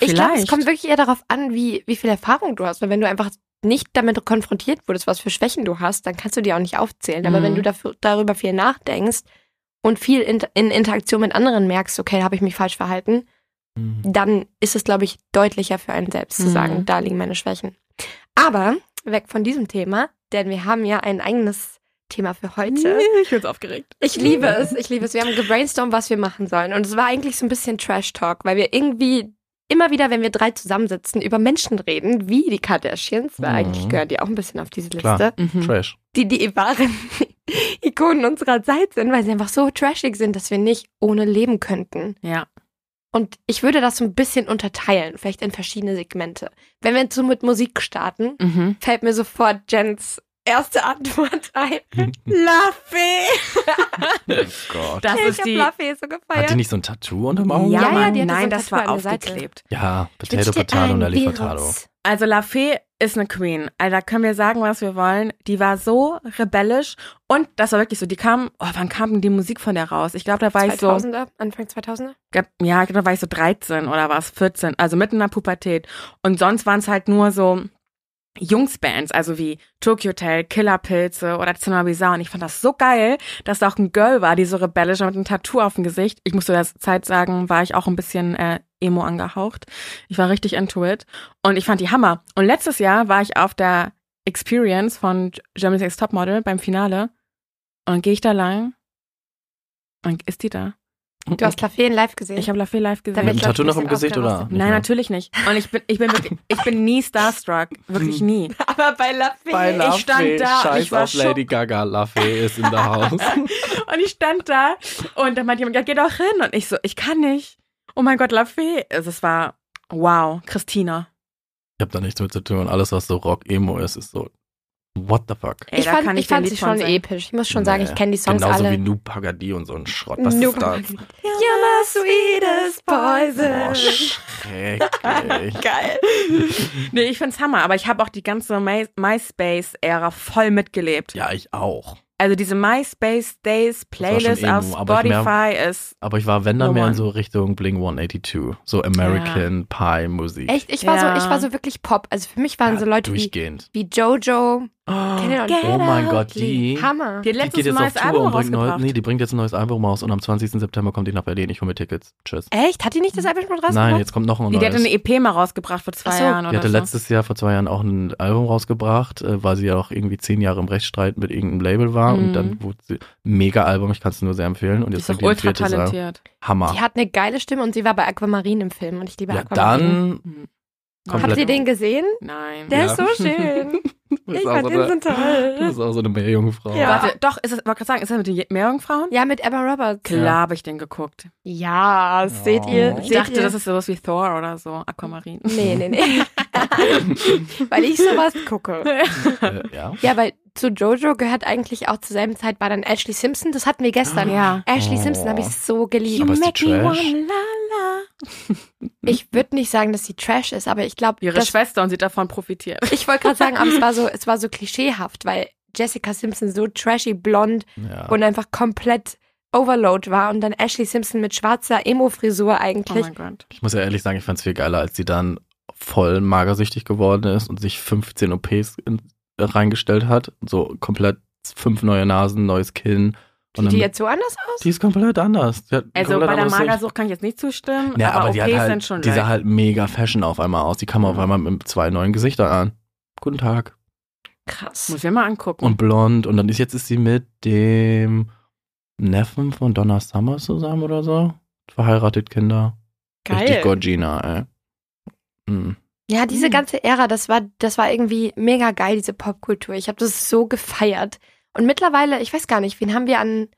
Speaker 2: ich glaube, es
Speaker 4: Vielleicht.
Speaker 2: kommt wirklich eher darauf an, wie, wie viel Erfahrung du hast. Weil wenn du einfach nicht damit konfrontiert wurdest, was für Schwächen du hast, dann kannst du die auch nicht aufzählen. Aber
Speaker 4: Mhm.
Speaker 2: wenn du dafür, darüber viel nachdenkst und viel in, in Interaktion mit anderen merkst, okay, da habe ich mich falsch verhalten, dann ist es, glaube ich, deutlicher für einen selbst zu
Speaker 4: Mhm.
Speaker 2: sagen, da liegen meine Schwächen. Aber weg von diesem Thema, denn wir haben ja ein eigenes Thema für heute.
Speaker 3: Mhm.
Speaker 4: Ich bin's aufgeregt.
Speaker 2: Ich liebe es, ich liebe es. Wir haben gebrainstormt, was wir machen sollen. Und es war eigentlich so ein bisschen Trash-Talk, weil wir irgendwie immer wieder, wenn wir drei zusammensitzen, über Menschen reden, wie die Kardashians, weil
Speaker 3: Mhm.
Speaker 2: eigentlich gehören die auch ein bisschen auf diese Liste,
Speaker 3: Klar.
Speaker 4: Mhm. <laughs>
Speaker 3: Trash.
Speaker 2: die die wahren <laughs> Ikonen unserer Zeit sind, weil sie einfach so trashig sind, dass wir nicht ohne leben könnten.
Speaker 4: Ja.
Speaker 2: Und ich würde das so ein bisschen unterteilen, vielleicht in verschiedene Segmente. Wenn wir jetzt so mit Musik starten,
Speaker 4: Mhm.
Speaker 2: fällt mir sofort Jens erste Antwort <laughs> ein.
Speaker 4: Oh Luffy.
Speaker 3: oh Gott.
Speaker 4: Das
Speaker 2: ich
Speaker 4: ist
Speaker 2: hab
Speaker 4: die. Oh
Speaker 2: Luffy so gefeiert.
Speaker 3: Hat die nicht so ein Tattoo unterm Auge?
Speaker 2: Ja, ja,
Speaker 4: Mann.
Speaker 2: die hatte so
Speaker 4: Nein,
Speaker 2: ein
Speaker 4: das
Speaker 2: Tattoo
Speaker 4: war
Speaker 2: an der Seite.
Speaker 4: aufgeklebt.
Speaker 3: Ja,
Speaker 2: Mit
Speaker 3: Potato, Potato
Speaker 2: ein
Speaker 3: und Ali
Speaker 2: Virus.
Speaker 3: Potato.
Speaker 4: Also La Fee ist eine Queen. Also da können wir sagen, was wir wollen. Die war so rebellisch und das war wirklich so. Die kam, oh, wann kam denn die Musik von der raus? Ich glaube, da war ich so,
Speaker 2: 2000er, Anfang 2000er?
Speaker 4: gab- ja, ich glaub, da war ich so 13 oder was, 14, also mitten in der Pubertät. Und sonst waren es halt nur so Jungsbands, also wie Tokyo Hotel, Killerpilze oder Cinema Bizarre. Und ich fand das so geil, dass da auch ein Girl war, die so rebellisch war mit einem Tattoo auf dem Gesicht. Ich muss zu der Zeit sagen, war ich auch ein bisschen äh, emo angehaucht. Ich war richtig into it. Und ich fand die Hammer. Und letztes Jahr war ich auf der Experience von Germany's Next Topmodel beim Finale. Und gehe ich da lang. Und ist die da?
Speaker 2: Du hast Lafayette in live gesehen.
Speaker 4: Ich habe Lafayette live gesehen.
Speaker 2: Da
Speaker 3: Mit
Speaker 2: wird,
Speaker 3: dem
Speaker 2: glaub ich,
Speaker 3: Tattoo
Speaker 2: ein
Speaker 3: noch im
Speaker 2: bisschen
Speaker 3: Gesicht oder?
Speaker 2: aufgerüstet.
Speaker 3: nicht
Speaker 4: Nein,
Speaker 3: mehr?
Speaker 4: natürlich nicht. Und ich bin, ich bin wirklich, ich bin nie starstruck. Wirklich nie.
Speaker 2: aber bei Lafayette.
Speaker 4: La- stand
Speaker 3: Hm. Fee,
Speaker 4: da und
Speaker 3: Scheiß
Speaker 4: ich war
Speaker 3: auf Lady Gaga, La Fee ist in
Speaker 4: <laughs>
Speaker 3: der Haus.
Speaker 4: Und ich stand da und dann meinte jemand, ja, geh doch hin. Und ich so, ich kann nicht. Oh mein Gott, Lafayette. Also es war, wow, Christina.
Speaker 3: Ich habe da nichts mit zu tun. Alles, was so Rock, Emo ist, ist so, what the fuck?
Speaker 4: Ey,
Speaker 2: ich
Speaker 4: da
Speaker 2: fand,
Speaker 4: kann
Speaker 2: ich fand
Speaker 4: dir ein
Speaker 2: sie
Speaker 4: Lied von
Speaker 2: schon
Speaker 4: singen.
Speaker 2: episch. Ich muss schon sagen, ich
Speaker 3: Nee.
Speaker 2: kenne die Songs
Speaker 3: Genauso wie
Speaker 2: alle.
Speaker 3: Noob Pagadi und so ein Schrott. Das
Speaker 2: Noob
Speaker 3: ist da.
Speaker 2: Pagadi. You're my sweetest
Speaker 3: Boah,
Speaker 2: poison.
Speaker 3: schrecklich.
Speaker 4: <laughs>
Speaker 2: Geil.
Speaker 4: Nee, ich find's Hammer, aber ich habe auch die ganze My MySpace-Ära voll mitgelebt.
Speaker 3: Ja, ich auch.
Speaker 4: Also diese MySpace Days
Speaker 3: war schon
Speaker 4: Playlist
Speaker 3: emo,
Speaker 4: auf
Speaker 3: aber ich merk-
Speaker 4: Spotify ist.
Speaker 3: Aber ich war, wenn dann
Speaker 4: No
Speaker 3: mehr in
Speaker 4: one.
Speaker 3: so Richtung Bling 182. So American Pie Musik.
Speaker 2: Echt, ich war,
Speaker 4: Ja.
Speaker 2: so, ich war so wirklich Pop. Also für mich waren
Speaker 3: Ja,
Speaker 2: so Leute wie,
Speaker 3: durchgehend.
Speaker 2: wie Jojo. Kennt ihr
Speaker 3: Oh,
Speaker 2: noch nicht?
Speaker 4: Get
Speaker 3: mein
Speaker 4: out,
Speaker 3: Gott, die.
Speaker 2: Hammer.
Speaker 4: Die hat
Speaker 3: Die
Speaker 4: letztes
Speaker 3: geht jetzt auf
Speaker 4: neues
Speaker 3: Tour
Speaker 4: Album
Speaker 3: und bringt neu,
Speaker 4: rausgebracht.
Speaker 3: nee, die bringt jetzt ein neues Album raus und am 20. September kommt die nach Berlin. Ich hole mir Tickets. Tschüss.
Speaker 2: Echt? Hat die nicht das Album schon rausgebracht?
Speaker 3: Nein, jetzt kommt noch ein
Speaker 4: die, die
Speaker 3: neues.
Speaker 4: hatte eine EP mal rausgebracht vor zwei
Speaker 2: Ach so.
Speaker 4: Jahren
Speaker 3: Die
Speaker 4: oder
Speaker 3: hatte
Speaker 4: so.
Speaker 3: letztes Jahr vor zwei Jahren auch ein Album rausgebracht, äh, weil sie ja auch irgendwie zehn Jahre im Rechtsstreit mit irgendeinem Label war und
Speaker 4: Mhm.
Speaker 3: dann wurde sie mega Album, ich kann es nur sehr empfehlen. Und
Speaker 4: Die
Speaker 3: jetzt
Speaker 4: ist
Speaker 3: kommt
Speaker 4: doch
Speaker 3: die
Speaker 4: ultra
Speaker 3: ein viertes Album.
Speaker 4: talentiert.
Speaker 3: Hammer.
Speaker 2: Die hat eine geile Stimme und sie war bei Aquamarine im Film und ich liebe
Speaker 3: Ah. Ja,
Speaker 2: Aquamarine.
Speaker 3: dann
Speaker 4: Hm.
Speaker 3: Komplett.
Speaker 2: Habt ihr den gesehen?
Speaker 4: Nein.
Speaker 2: Der
Speaker 3: Ja.
Speaker 2: ist so
Speaker 3: <laughs>
Speaker 2: schön.
Speaker 3: Das
Speaker 2: ich
Speaker 3: ist auch
Speaker 2: fand
Speaker 3: so
Speaker 2: den so
Speaker 3: eine- das
Speaker 2: toll.
Speaker 3: ist auch so eine Meerjungfrau.
Speaker 2: Ja.
Speaker 4: Warte, doch, ist es, wollte gerade sagen, ist das mit den Je- Meerjungfrauen?
Speaker 2: Ja, mit Emma Roberts.
Speaker 4: Klar hab habe ich den geguckt.
Speaker 2: Ja,
Speaker 3: Oh.
Speaker 2: seht ihr?
Speaker 4: Ich
Speaker 2: seht
Speaker 4: dachte,
Speaker 2: ihr?
Speaker 4: das ist sowas wie Thor oder so, Aquamarin.
Speaker 2: Nee, nee,
Speaker 3: <laughs>
Speaker 2: nee. weil ich sowas gucke.
Speaker 3: Äh, ja.
Speaker 2: Ja, weil zu Jojo gehört eigentlich auch zur selben Zeit war dann Ashley Simpson. Das hatten wir gestern.
Speaker 4: Ja.
Speaker 2: Ashley
Speaker 3: Oh.
Speaker 2: Simpson habe ich so geliebt.
Speaker 3: Aber ist die trash?
Speaker 4: la
Speaker 2: Ich würde nicht sagen, dass sie trash ist, aber ich glaube,
Speaker 4: Ihre Schwester und sie hat davon profitiert.
Speaker 2: ich wollte gerade sagen, aber es war so, es war so klischeehaft, weil Jessica Simpson so trashy, blond
Speaker 3: ja.
Speaker 2: und einfach komplett Overload war und dann Ashley Simpson mit schwarzer Emo-Frisur
Speaker 4: Oh
Speaker 2: eigentlich.
Speaker 4: mein Gott.
Speaker 3: Ich muss ja ehrlich sagen, ich fand es viel geiler, als sie dann voll magersüchtig geworden ist und sich 15 OPs in, äh, reingestellt hat. So komplett fünf neue Nasen, neues Kinn. Und
Speaker 2: Sieht die
Speaker 3: dann-
Speaker 2: jetzt so anders aus?
Speaker 3: Die ist komplett anders. Die hat ein
Speaker 4: Also
Speaker 3: komplett
Speaker 4: bei der
Speaker 3: anderes Gesicht.
Speaker 4: Magersucht kann ich jetzt nicht
Speaker 3: <laughs>
Speaker 4: zustimmen,
Speaker 3: Ja,
Speaker 4: aber,
Speaker 3: aber,
Speaker 4: aber
Speaker 3: die
Speaker 4: OPs
Speaker 3: hat halt,
Speaker 4: sind schon
Speaker 3: die sah
Speaker 4: leicht.
Speaker 3: halt mega Fashion auf einmal aus. Die kam auf
Speaker 4: Mhm.
Speaker 3: einmal mit zwei neuen Gesichtern an. Guten Tag.
Speaker 2: Krass.
Speaker 4: Muss ich mir mal angucken.
Speaker 3: Und blond. Und dann ist jetzt ist sie mit dem Neffen von Donna Summers zusammen oder so. Verheiratet Kinder. Richtig Gorgina, ey. Mhm.
Speaker 2: Ja, diese
Speaker 4: Mhm.
Speaker 2: ganze Ära, das war, das war irgendwie mega geil, diese Popkultur. Ich habe das so gefeiert. Und mittlerweile, ich weiß gar nicht, wen haben wir an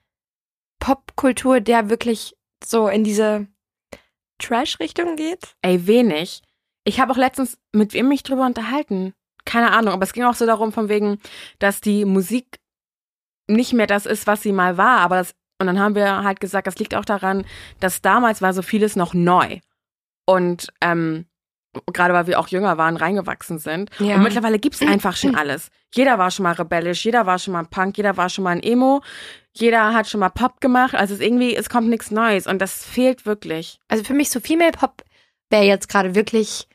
Speaker 2: Popkultur, der wirklich so in diese Trash-Richtung geht?
Speaker 4: Ey, wenig. Ich habe auch letztens mit wem mich drüber unterhalten. Keine Ahnung, aber es ging auch so darum, von wegen, dass die Musik nicht mehr das ist, was sie mal war. Aber das, und dann haben wir halt gesagt, das liegt auch daran, dass damals war so vieles noch neu. Und ähm, gerade weil wir auch jünger waren, reingewachsen sind.
Speaker 2: Ja.
Speaker 4: Und mittlerweile gibt's einfach schon alles. Jeder war schon mal rebellisch, jeder war schon mal ein Punk, jeder war schon mal ein Emo, jeder hat schon mal Pop gemacht. Also es ist irgendwie, es kommt nichts Neues und das fehlt wirklich.
Speaker 2: Also für mich so Female Pop, wer jetzt gerade wirklich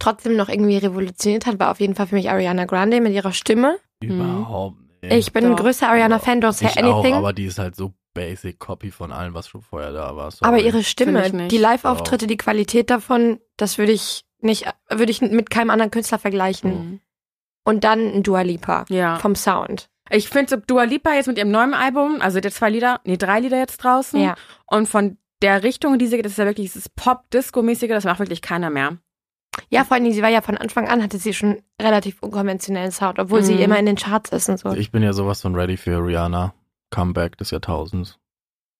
Speaker 2: trotzdem noch irgendwie revolutioniert hat, war auf jeden Fall für mich Ariana Grande mit ihrer Stimme.
Speaker 3: Überhaupt nicht.
Speaker 2: Ich bin ein
Speaker 4: Doch.
Speaker 2: größter Ariana-Fan, don't say
Speaker 3: Genau. ich
Speaker 2: anything.
Speaker 3: Auch,
Speaker 2: aber
Speaker 3: aber die ist halt so basic copy von allem, was schon vorher da war. sorry.
Speaker 2: ihre Stimme,
Speaker 4: Find ich nicht.
Speaker 2: die Live-Auftritte, die Qualität davon, das würde ich nicht, würde ich mit keinem anderen Künstler vergleichen. Und dann ein Dua Lipa
Speaker 4: Mhm. Ja.
Speaker 2: vom Sound.
Speaker 4: Ich finde Dua Lipa jetzt mit ihrem neuen Album, also der zwei Lieder, nee, drei Lieder jetzt draußen.
Speaker 2: Ja.
Speaker 4: Und von der Richtung, in die sie geht, das ist ja wirklich dieses Pop-Disco-mäßige, das macht wirklich keiner mehr.
Speaker 2: Ja, vor allen Dingen, sie war ja von Anfang an, hatte sie schon relativ unkonventionellen Sound, obwohl sie
Speaker 4: Mhm.
Speaker 2: immer in den Charts ist und so.
Speaker 3: Ich bin ja sowas von ready für Rihanna. Comeback des Jahrtausends.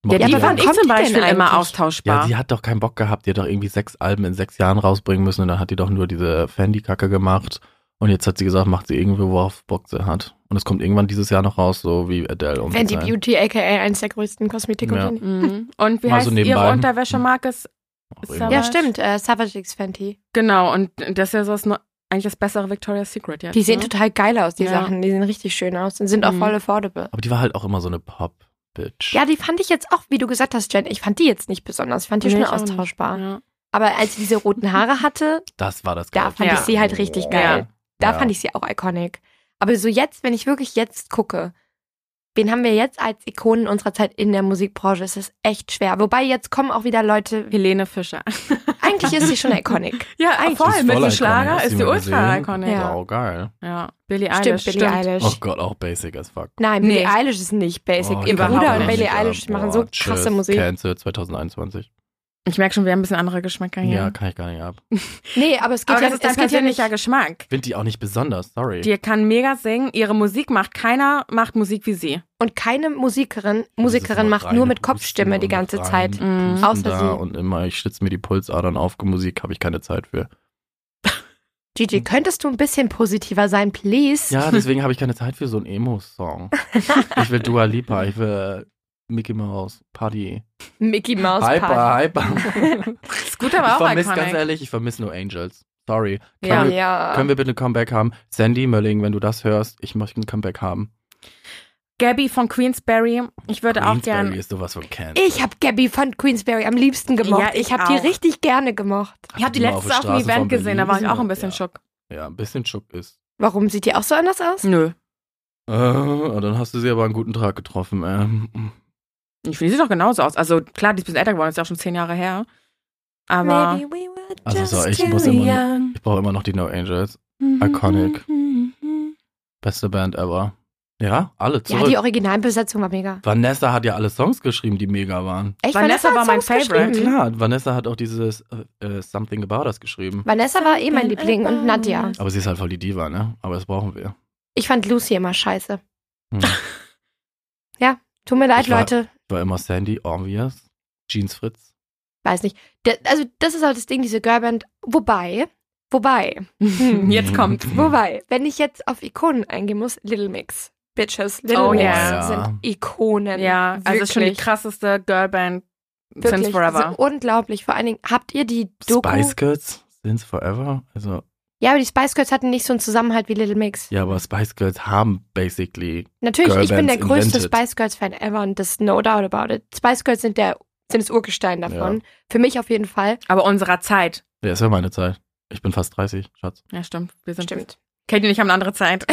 Speaker 2: Ja,
Speaker 4: die
Speaker 2: die
Speaker 4: fand ich
Speaker 2: kommt
Speaker 4: zum
Speaker 2: die denn
Speaker 4: Beispiel immer
Speaker 2: eigentlich?
Speaker 3: Ja,
Speaker 4: austauschbar.
Speaker 3: die hat doch keinen Bock gehabt. Die hat doch irgendwie sechs Alben in sechs Jahren rausbringen müssen und dann hat die doch nur diese Fendi-Kacke gemacht. Und jetzt hat sie gesagt, macht sie irgendwie, worauf Bock sie hat. Und es kommt irgendwann dieses Jahr noch raus, so wie Adele. Um
Speaker 2: Fenty
Speaker 3: zu sein.
Speaker 2: Beauty, aka eins der größten Kosmetikunternehmen.
Speaker 4: Mhm. Und wie
Speaker 3: Mal
Speaker 4: heißt
Speaker 3: so
Speaker 4: ihre
Speaker 3: nebenbei.
Speaker 4: Unterwäschemarke? Ist-
Speaker 3: Auch
Speaker 4: Ist
Speaker 3: irgendwie.
Speaker 4: aber-
Speaker 2: Ja, stimmt. Äh, Savage X Fenty.
Speaker 4: Genau, und das ist ja so das, Neu- eigentlich das bessere Victoria's Secret jetzt.
Speaker 2: Die sehen
Speaker 4: ne?
Speaker 2: total geil aus, die
Speaker 4: Ja.
Speaker 2: Sachen. Die sehen richtig schön aus und sind auch
Speaker 4: Mhm.
Speaker 2: voll affordable.
Speaker 3: Aber die war halt auch immer so eine Pop-Bitch.
Speaker 2: Ja, die fand ich jetzt auch, wie du gesagt hast, Jen, ich fand die jetzt nicht besonders. Ich fand die
Speaker 4: Nee,
Speaker 2: schon
Speaker 4: ich auch nicht.
Speaker 2: austauschbar.
Speaker 4: Ja.
Speaker 2: Aber als sie diese roten Haare hatte,
Speaker 3: Das war das
Speaker 2: Da
Speaker 3: Geilste.
Speaker 4: fand ich
Speaker 2: sie halt richtig geil. da
Speaker 3: Ja.
Speaker 2: fand ich sie auch iconic. Aber so jetzt, wenn ich wirklich jetzt gucke, wen haben wir jetzt als Ikonen unserer Zeit in der Musikbranche? Es ist echt schwer. Wobei jetzt kommen auch wieder Leute.
Speaker 4: Helene
Speaker 2: <laughs>
Speaker 4: Fischer.
Speaker 2: Eigentlich ist sie schon iconic.
Speaker 4: Ja,
Speaker 2: eigentlich
Speaker 4: voll,
Speaker 3: Die
Speaker 4: mit
Speaker 3: ist voll
Speaker 4: dem
Speaker 3: iconic.
Speaker 4: Schlager
Speaker 3: Hast
Speaker 4: ist
Speaker 3: du
Speaker 4: die
Speaker 3: mal
Speaker 4: ultra
Speaker 3: gesehen?
Speaker 4: iconic.
Speaker 2: Ja.
Speaker 4: Ja.
Speaker 3: geil.
Speaker 4: ja, Billie
Speaker 2: stimmt,
Speaker 4: Eilish.
Speaker 2: Billie <laughs> Eilish.
Speaker 3: Oh Gott, auch basic as fuck.
Speaker 2: Nein,
Speaker 4: Nee.
Speaker 2: Billie Eilish ist nicht basic.
Speaker 3: Oh,
Speaker 2: Ihr
Speaker 4: überhaupt
Speaker 2: Bruder und
Speaker 4: nicht.
Speaker 2: Billie Eilish
Speaker 3: Boah,
Speaker 2: machen so
Speaker 3: tschüss,
Speaker 2: krasse Musik.
Speaker 3: Cancel 2021.
Speaker 4: Ich merke schon, wir haben ein bisschen andere Geschmäcker
Speaker 2: Mhm.
Speaker 4: hier.
Speaker 3: Ja, kann ich gar nicht ab.
Speaker 2: Nee, aber es geht
Speaker 4: Aber
Speaker 2: ja,
Speaker 4: das ist dein
Speaker 2: es geht ja nicht.
Speaker 4: persönlicher Geschmack.
Speaker 3: Find die auch nicht besonders, sorry.
Speaker 4: Die kann mega singen, ihre Musik macht keiner, macht Musik wie sie.
Speaker 2: Und keine Musikerin,
Speaker 3: Das
Speaker 2: Musikerin
Speaker 3: ist
Speaker 2: macht
Speaker 3: Also rein
Speaker 2: nur mit
Speaker 3: Husten
Speaker 2: Kopfstimme die
Speaker 3: und
Speaker 2: ganze
Speaker 3: rein
Speaker 2: Zeit.
Speaker 4: Mhm.
Speaker 3: Pusten
Speaker 2: Außer
Speaker 3: da
Speaker 2: sie.
Speaker 3: Und immer, ich schlitze mir die Pulsadern auf, Musik habe ich keine Zeit für.
Speaker 2: Gigi, könntest du ein bisschen positiver sein, please?
Speaker 3: Ja, deswegen habe ich keine Zeit für so einen Emo-Song. Ich will Dua Lipa, ich will Mickey Mouse, Party.
Speaker 2: Mickey Mouse
Speaker 3: Hyper,
Speaker 4: <laughs>
Speaker 2: Party.
Speaker 3: hyper.
Speaker 4: Ist gut, aber
Speaker 3: ich
Speaker 4: auch
Speaker 3: vermisse, ganz
Speaker 4: iconic.
Speaker 3: ehrlich, ich vermisse nur Angels. Sorry. Können,
Speaker 4: Ja.
Speaker 3: wir,
Speaker 2: ja.
Speaker 3: können wir bitte ein Comeback haben? Sandy Mölling, wenn du das hörst, ich möchte ein Comeback haben.
Speaker 4: Gabby von Queensberry, ich würde auch
Speaker 3: Queensberry
Speaker 4: gern.
Speaker 3: ist sowas von Cancel.
Speaker 2: ich habe Gabby von Queensberry am liebsten gemocht.
Speaker 4: Ja, ich
Speaker 2: ich habe die
Speaker 4: auch.
Speaker 2: richtig gerne gemocht.
Speaker 4: Ich habe die
Speaker 3: Hast
Speaker 4: letzte
Speaker 3: du mal
Speaker 4: auf dem
Speaker 3: Genau, der Straße von
Speaker 4: Event gesehen, da
Speaker 3: Berlin
Speaker 4: war ich auch ein
Speaker 3: gesehen?
Speaker 4: bisschen
Speaker 3: ja.
Speaker 4: schock.
Speaker 3: Ja, ein bisschen Schuck ist.
Speaker 2: Warum sieht die auch so anders aus?
Speaker 4: Nö.
Speaker 3: Äh, dann hast du sie aber einen guten Tag getroffen. Ähm,
Speaker 4: Ich finde, die sieht doch genauso aus. Also klar, die ist ein bisschen älter geworden, ist ja auch schon zehn Jahre her. Aber.
Speaker 2: Maybe we were
Speaker 3: Also, so,
Speaker 2: just
Speaker 3: ich muss
Speaker 2: too
Speaker 3: immer-
Speaker 2: young.
Speaker 3: ich brauche immer noch die No Angels. Iconic. Beste Band ever. Ja, alle
Speaker 2: Ja,
Speaker 3: zurück.
Speaker 2: die Originalbesetzung war mega.
Speaker 3: Vanessa hat ja alle Songs geschrieben, die mega waren.
Speaker 2: Echt,
Speaker 4: Vanessa
Speaker 2: hat
Speaker 4: war mein
Speaker 2: Songs
Speaker 4: Favorite.
Speaker 3: Ja,
Speaker 2: geschrieben.
Speaker 3: klar. Vanessa hat auch dieses äh, äh, Something About Us geschrieben.
Speaker 2: Vanessa war eh mein Liebling und Nadja.
Speaker 3: Aber sie ist halt voll die Diva, ne? Aber das brauchen wir.
Speaker 2: Ich fand Lucy immer scheiße.
Speaker 3: Hm.
Speaker 2: <laughs> Tut mir leid,
Speaker 3: Ich war-
Speaker 2: Leute.
Speaker 3: Ich war immer Sandy, Obvious, Jeans Fritz.
Speaker 2: Weiß nicht. Der, also, das ist halt das Ding, diese Girlband. Wobei, wobei,
Speaker 4: <laughs>
Speaker 2: Hm.
Speaker 3: Mhm.
Speaker 4: Jetzt
Speaker 3: <laughs>
Speaker 4: kommt.
Speaker 2: Wobei, wenn ich jetzt auf Ikonen eingehen muss, Little Mix. Bitches, Little
Speaker 4: Oh,
Speaker 2: Mix
Speaker 4: ja.
Speaker 2: sind Ikonen.
Speaker 4: Ja, also ist schon die
Speaker 2: Wirklich.
Speaker 4: krasseste Girlband since
Speaker 2: Wirklich, Also
Speaker 4: forever.
Speaker 2: sind unglaublich. Vor allen Dingen, habt ihr die Doku?
Speaker 3: Spice Girls, Since Forever. Also,
Speaker 2: ja, aber die Spice Girls hatten nicht so einen Zusammenhalt wie Little Mix.
Speaker 3: ja, aber Spice Girls haben basically
Speaker 2: Natürlich, ich bin
Speaker 3: Girlbands
Speaker 2: der größte
Speaker 3: invented.
Speaker 2: Spice Girls Fan ever und das no doubt about it. Spice Girls sind der sind das Urgestein davon. Für mich auf jeden Fall.
Speaker 4: Aber unserer Zeit.
Speaker 3: Ja, ist ja meine Zeit. Ich bin fast 30,
Speaker 2: <laughs>
Speaker 3: Schatz.
Speaker 4: Ja, stimmt. Wir sind
Speaker 2: Stimmt.
Speaker 4: Katie und ich haben eine andere Zeit.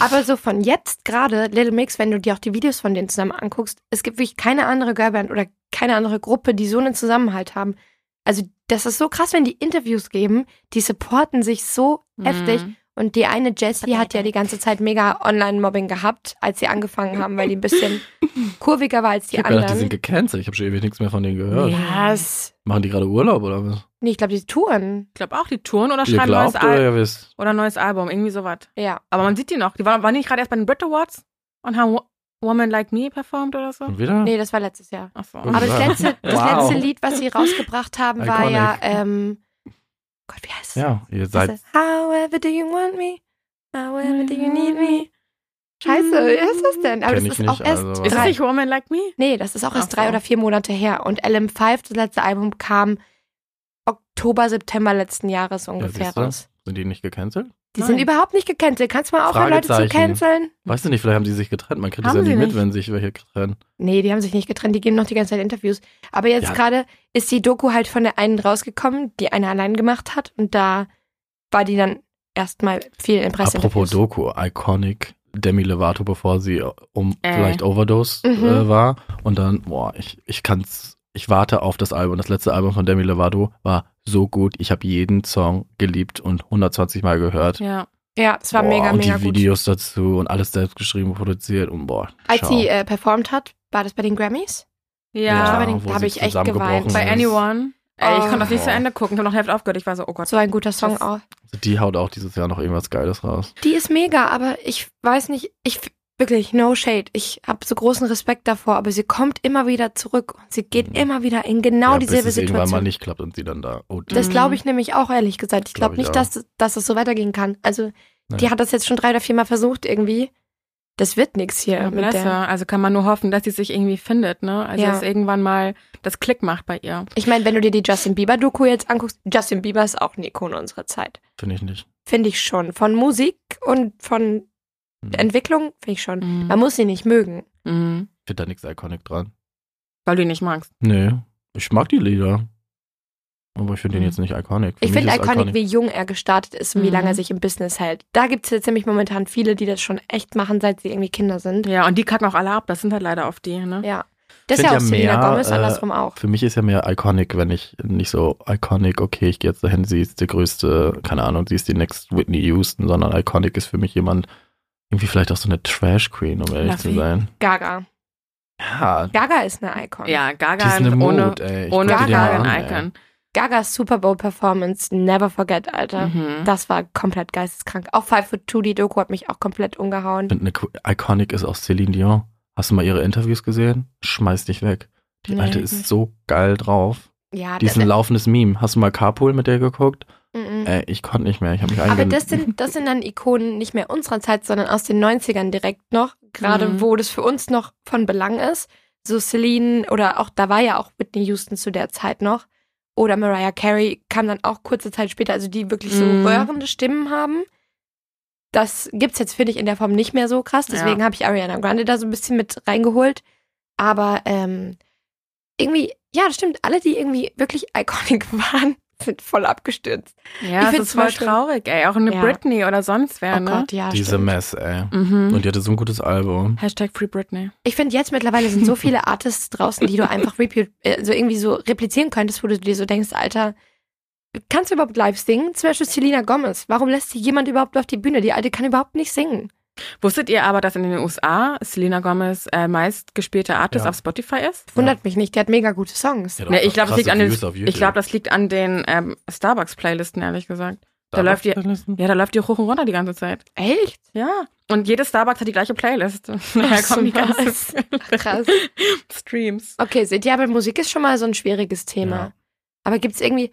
Speaker 2: Aber so von jetzt gerade, Little Mix, wenn du dir auch die Videos von denen zusammen anguckst, es gibt wirklich keine andere Girlband oder keine andere Gruppe, die so einen Zusammenhalt haben. Also das ist so krass, wenn die Interviews geben, die supporten sich so heftig.
Speaker 4: Mhm.
Speaker 2: Und die eine Jessie hat ja die ganze Zeit mega Online-Mobbing gehabt, als sie angefangen haben, weil die ein bisschen <laughs> kurviger war als die
Speaker 3: ich hab gedacht, die sind
Speaker 2: anderen.
Speaker 3: gecancelt. Ich habe schon ewig nichts mehr von denen gehört.
Speaker 4: Nee.
Speaker 2: Was?
Speaker 3: Machen die gerade Urlaub oder was?
Speaker 2: Nee, ich glaube, die Touren.
Speaker 4: Ich glaube auch, die Touren oder
Speaker 3: Ihr
Speaker 4: schreiben neues
Speaker 3: glaubt äh, oder
Speaker 4: Album.
Speaker 3: ihr wisst?
Speaker 4: Oder neues Album, irgendwie sowas.
Speaker 2: Ja.
Speaker 4: Aber man sieht die noch. Die waren, waren die nicht gerade erst bei den Brit Awards und haben Wo- Woman Like Me performt oder so?
Speaker 3: Schon wieder?
Speaker 2: Nee, das war letztes Jahr.
Speaker 4: Ach so.
Speaker 3: Mhm.
Speaker 2: Aber das
Speaker 3: Hm. Ja.
Speaker 2: letzte, das
Speaker 3: Wow.
Speaker 2: letzte Lied, was sie rausgebracht haben, war
Speaker 3: Iconic.
Speaker 2: ja, ähm, Gott, wie heißt es?
Speaker 3: Ja, ihr seid.
Speaker 2: Diese, However do you want me? However do you need me? Scheiße, wie heißt das denn? Aber
Speaker 3: Kenn
Speaker 2: das
Speaker 3: ich
Speaker 2: ist auch
Speaker 3: nicht,
Speaker 2: erst
Speaker 3: also-
Speaker 4: Ist das
Speaker 2: drei,
Speaker 4: nicht Woman Like Me?
Speaker 2: nee, das ist auch erst
Speaker 4: Ach
Speaker 2: drei
Speaker 4: so.
Speaker 2: oder vier Monate her. Und LM5, das letzte Album, kam Oktober, September letzten Jahres ungefähr
Speaker 3: siehst du.
Speaker 2: raus.
Speaker 3: Sind die nicht gecancelt?
Speaker 2: Die sind
Speaker 4: Nein.
Speaker 2: überhaupt nicht gecancelt. Kannst du mal aufhören, Leute zu
Speaker 3: Fragezeichen.
Speaker 2: canceln?
Speaker 3: Weißt du nicht, vielleicht haben die sich getrennt. Man kriegt das ja
Speaker 4: Haben
Speaker 3: nie
Speaker 4: sie
Speaker 3: mit,
Speaker 4: nicht.
Speaker 3: wenn sich welche trennen.
Speaker 2: Nee, die haben sich nicht getrennt, die geben noch die ganze Zeit Interviews. Aber jetzt
Speaker 3: Ja.
Speaker 2: gerade ist die Doku halt von der einen rausgekommen, die eine allein gemacht hat. Und da war die dann erstmal viel in
Speaker 3: Apropos
Speaker 2: Presseinterviews.
Speaker 3: Doku, Iconic, Demi Lovato, bevor sie um
Speaker 4: Äh.
Speaker 3: vielleicht Overdose
Speaker 2: Mhm.
Speaker 3: äh, war. Und dann, boah, ich, ich kann's, ich warte auf das Album. Das letzte Album von Demi Lovato war so gut. Ich habe jeden Song geliebt und 120 Mal gehört.
Speaker 4: Ja.
Speaker 2: Ja, es war
Speaker 3: boah,
Speaker 2: mega,
Speaker 3: und
Speaker 2: mega
Speaker 3: die
Speaker 2: gut.
Speaker 3: Videos dazu und alles selbst geschrieben, produziert und boah.
Speaker 2: Als
Speaker 3: schau.
Speaker 2: sie äh, performt hat, war das bei den Grammys?
Speaker 3: Ja,
Speaker 2: bei
Speaker 4: Ja.
Speaker 2: den-
Speaker 3: wo
Speaker 2: da hab
Speaker 3: sie
Speaker 2: ich echt
Speaker 3: zusammengebrochen
Speaker 2: geweint.
Speaker 4: Bei
Speaker 3: ist.
Speaker 4: Anyone. Ey, ich
Speaker 2: Oh.
Speaker 4: konnte das nicht zu Ende gucken. Ich habe noch Hälfte aufgehört. Ich war so, oh Gott.
Speaker 2: So ein guter Song
Speaker 4: Das-
Speaker 2: auch.
Speaker 3: Also Die haut auch dieses Jahr noch irgendwas Geiles raus.
Speaker 2: Die ist mega, aber ich weiß nicht, ich wirklich, no shade. Ich habe so großen Respekt davor, aber sie kommt immer wieder zurück und sie geht
Speaker 3: Mhm.
Speaker 2: immer wieder in genau
Speaker 3: ja, bis
Speaker 2: dieselbe
Speaker 3: es irgendwann mal
Speaker 2: Situation.
Speaker 3: nicht klappt und sie dann da. Oh,
Speaker 2: Das
Speaker 4: Mhm.
Speaker 2: glaube ich nämlich auch, ehrlich gesagt. Ich
Speaker 3: Glaub
Speaker 2: glaube
Speaker 3: ich
Speaker 2: nicht,
Speaker 3: auch.
Speaker 2: dass, dass es so weitergehen kann. Also, die
Speaker 3: Nein.
Speaker 2: hat das jetzt schon drei oder vier Mal versucht irgendwie. Das wird nichts hier
Speaker 4: Ja,
Speaker 2: mit der.
Speaker 4: Vanessa. Also kann man nur hoffen, dass sie sich irgendwie findet, ne? Also
Speaker 2: Ja.
Speaker 4: dass irgendwann mal das Klick macht bei ihr.
Speaker 2: Ich meine, wenn du dir die Justin Bieber-Doku jetzt anguckst, Justin Bieber ist auch eine Ikone unserer Zeit.
Speaker 3: finde ich nicht.
Speaker 2: Finde ich schon. Von Musik und von
Speaker 3: Hm. Ich
Speaker 2: Entwicklung, finde ich schon.
Speaker 4: Mhm.
Speaker 2: Man muss sie nicht mögen.
Speaker 4: Mhm.
Speaker 3: finde da nichts Iconic dran.
Speaker 4: Weil du ihn nicht magst.
Speaker 3: Nee, ich mag die Lieder. Aber ich finde den
Speaker 4: Mhm.
Speaker 3: jetzt nicht Iconic. Für
Speaker 2: Ich
Speaker 3: mich
Speaker 2: finde
Speaker 3: ist
Speaker 2: iconic, wie jung er gestartet ist und wie
Speaker 4: Mhm.
Speaker 2: lange er sich im Business hält. Da gibt es jetzt nämlich momentan viele, die das schon echt machen, seit sie irgendwie Kinder sind.
Speaker 4: Ja, und die kacken auch alle ab. Das sind halt leider oft die, ne?
Speaker 2: Ja. Das ist
Speaker 3: Sind
Speaker 2: ja auch
Speaker 3: ja
Speaker 2: Selena
Speaker 3: mehr,
Speaker 2: Gomez,
Speaker 3: äh,
Speaker 2: andersrum auch.
Speaker 3: Für mich ist ja mehr Iconic, wenn ich nicht so Iconic, okay, ich gehe jetzt dahin, sie ist die größte, keine Ahnung, sie ist die next Whitney Houston, sondern Iconic ist für mich jemand, irgendwie vielleicht auch so eine Trash Queen, um ehrlich zu
Speaker 4: Lavi.
Speaker 3: sein.
Speaker 2: Gaga.
Speaker 3: Ja,
Speaker 2: Gaga ist eine Icon.
Speaker 4: Ja,
Speaker 3: die ist
Speaker 4: Gaga
Speaker 3: eine
Speaker 4: ohne,
Speaker 3: Mut, ey. Ich
Speaker 4: ohne
Speaker 3: guck die
Speaker 2: Gaga
Speaker 4: Gaga
Speaker 3: mal an,
Speaker 4: ein
Speaker 3: ey.
Speaker 4: Icon.
Speaker 2: Gagas Super Bowl Performance, never forget, Alter.
Speaker 4: Mhm.
Speaker 2: Das war komplett geisteskrank. Auch Five Foot Two, die Doku hat mich auch komplett umgehauen.
Speaker 3: Ich finde, eine Qu- Iconic ist auch Celine Dion. Hast du mal ihre Interviews gesehen? Schmeiß dich weg. Die
Speaker 2: Nee,
Speaker 3: alte
Speaker 2: nicht.
Speaker 3: ist so geil drauf.
Speaker 2: ja,
Speaker 3: Die
Speaker 2: das,
Speaker 3: ist ein laufendes Meme. Hast du mal Carpool mit der geguckt?
Speaker 2: mm, mm.
Speaker 3: Ey, ich konnte nicht mehr. Ich habe mich
Speaker 2: aber
Speaker 3: eingen-
Speaker 2: das sind, das sind dann Ikonen nicht mehr unserer Zeit, sondern aus den 90ern direkt noch, gerade
Speaker 4: Mhm.
Speaker 2: wo das für uns noch von Belang ist. So Celine oder auch, da war ja auch Whitney Houston zu der Zeit noch. Oder Mariah Carey kam dann auch kurze Zeit später, also die wirklich so
Speaker 4: Mhm.
Speaker 2: röhrende Stimmen haben. Das gibt's jetzt, finde ich, in der Form nicht mehr so krass. Deswegen habe ich Ariana Grande da so ein bisschen mit reingeholt. Aber ähm, irgendwie, ja, das stimmt. Alle, die irgendwie wirklich <laughs> iconic waren, sind voll abgestürzt. Ich
Speaker 4: Ja, das
Speaker 2: find's
Speaker 4: ist voll
Speaker 2: voll schlimm.
Speaker 4: traurig, ey. Auch eine
Speaker 2: Ja.
Speaker 4: Britney oder sonst wer,
Speaker 2: oh
Speaker 4: ne?
Speaker 2: Gott, ja.
Speaker 3: Diese
Speaker 2: stimmt.
Speaker 3: Mess, ey.
Speaker 4: Mhm.
Speaker 3: Und die hatte so ein gutes Album.
Speaker 4: Hashtag Free Britney.
Speaker 2: Ich finde jetzt mittlerweile sind so viele Artists draußen, die du einfach repu- äh, so irgendwie so replizieren könntest, wo du dir so denkst, Alter, kannst du überhaupt live singen? Zum Beispiel Selena Gomez. Warum lässt sie jemand überhaupt auf die Bühne? Die Alte kann überhaupt nicht singen.
Speaker 4: Wusstet ihr aber, dass in den USA Selena Gomez äh, meistgespielter Artist
Speaker 3: Ja.
Speaker 4: auf Spotify ist?
Speaker 2: Wundert mich nicht, die hat mega gute Songs.
Speaker 3: Die hat
Speaker 4: Ne,
Speaker 3: auch
Speaker 4: ich glaube, das
Speaker 3: krasse
Speaker 4: liegt an den,
Speaker 3: Views auf YouTube.
Speaker 4: ich glaube, das liegt an den ähm, Starbucks-Playlisten, ehrlich gesagt. Da
Speaker 3: Darf
Speaker 4: läuft die-
Speaker 3: ich das lesen?
Speaker 4: Ja, da läuft die hoch und runter die ganze Zeit.
Speaker 2: Echt?
Speaker 4: Ja. Und jedes Starbucks hat die gleiche Playlist. <laughs> Daher
Speaker 2: Ach so,
Speaker 4: kommen die
Speaker 2: nice.
Speaker 4: ganzen
Speaker 2: Ach, krass.
Speaker 4: <laughs> Streams.
Speaker 2: Okay, seht ihr, aber Musik ist schon mal so ein schwieriges Thema.
Speaker 3: Ja.
Speaker 2: Aber gibt's irgendwie.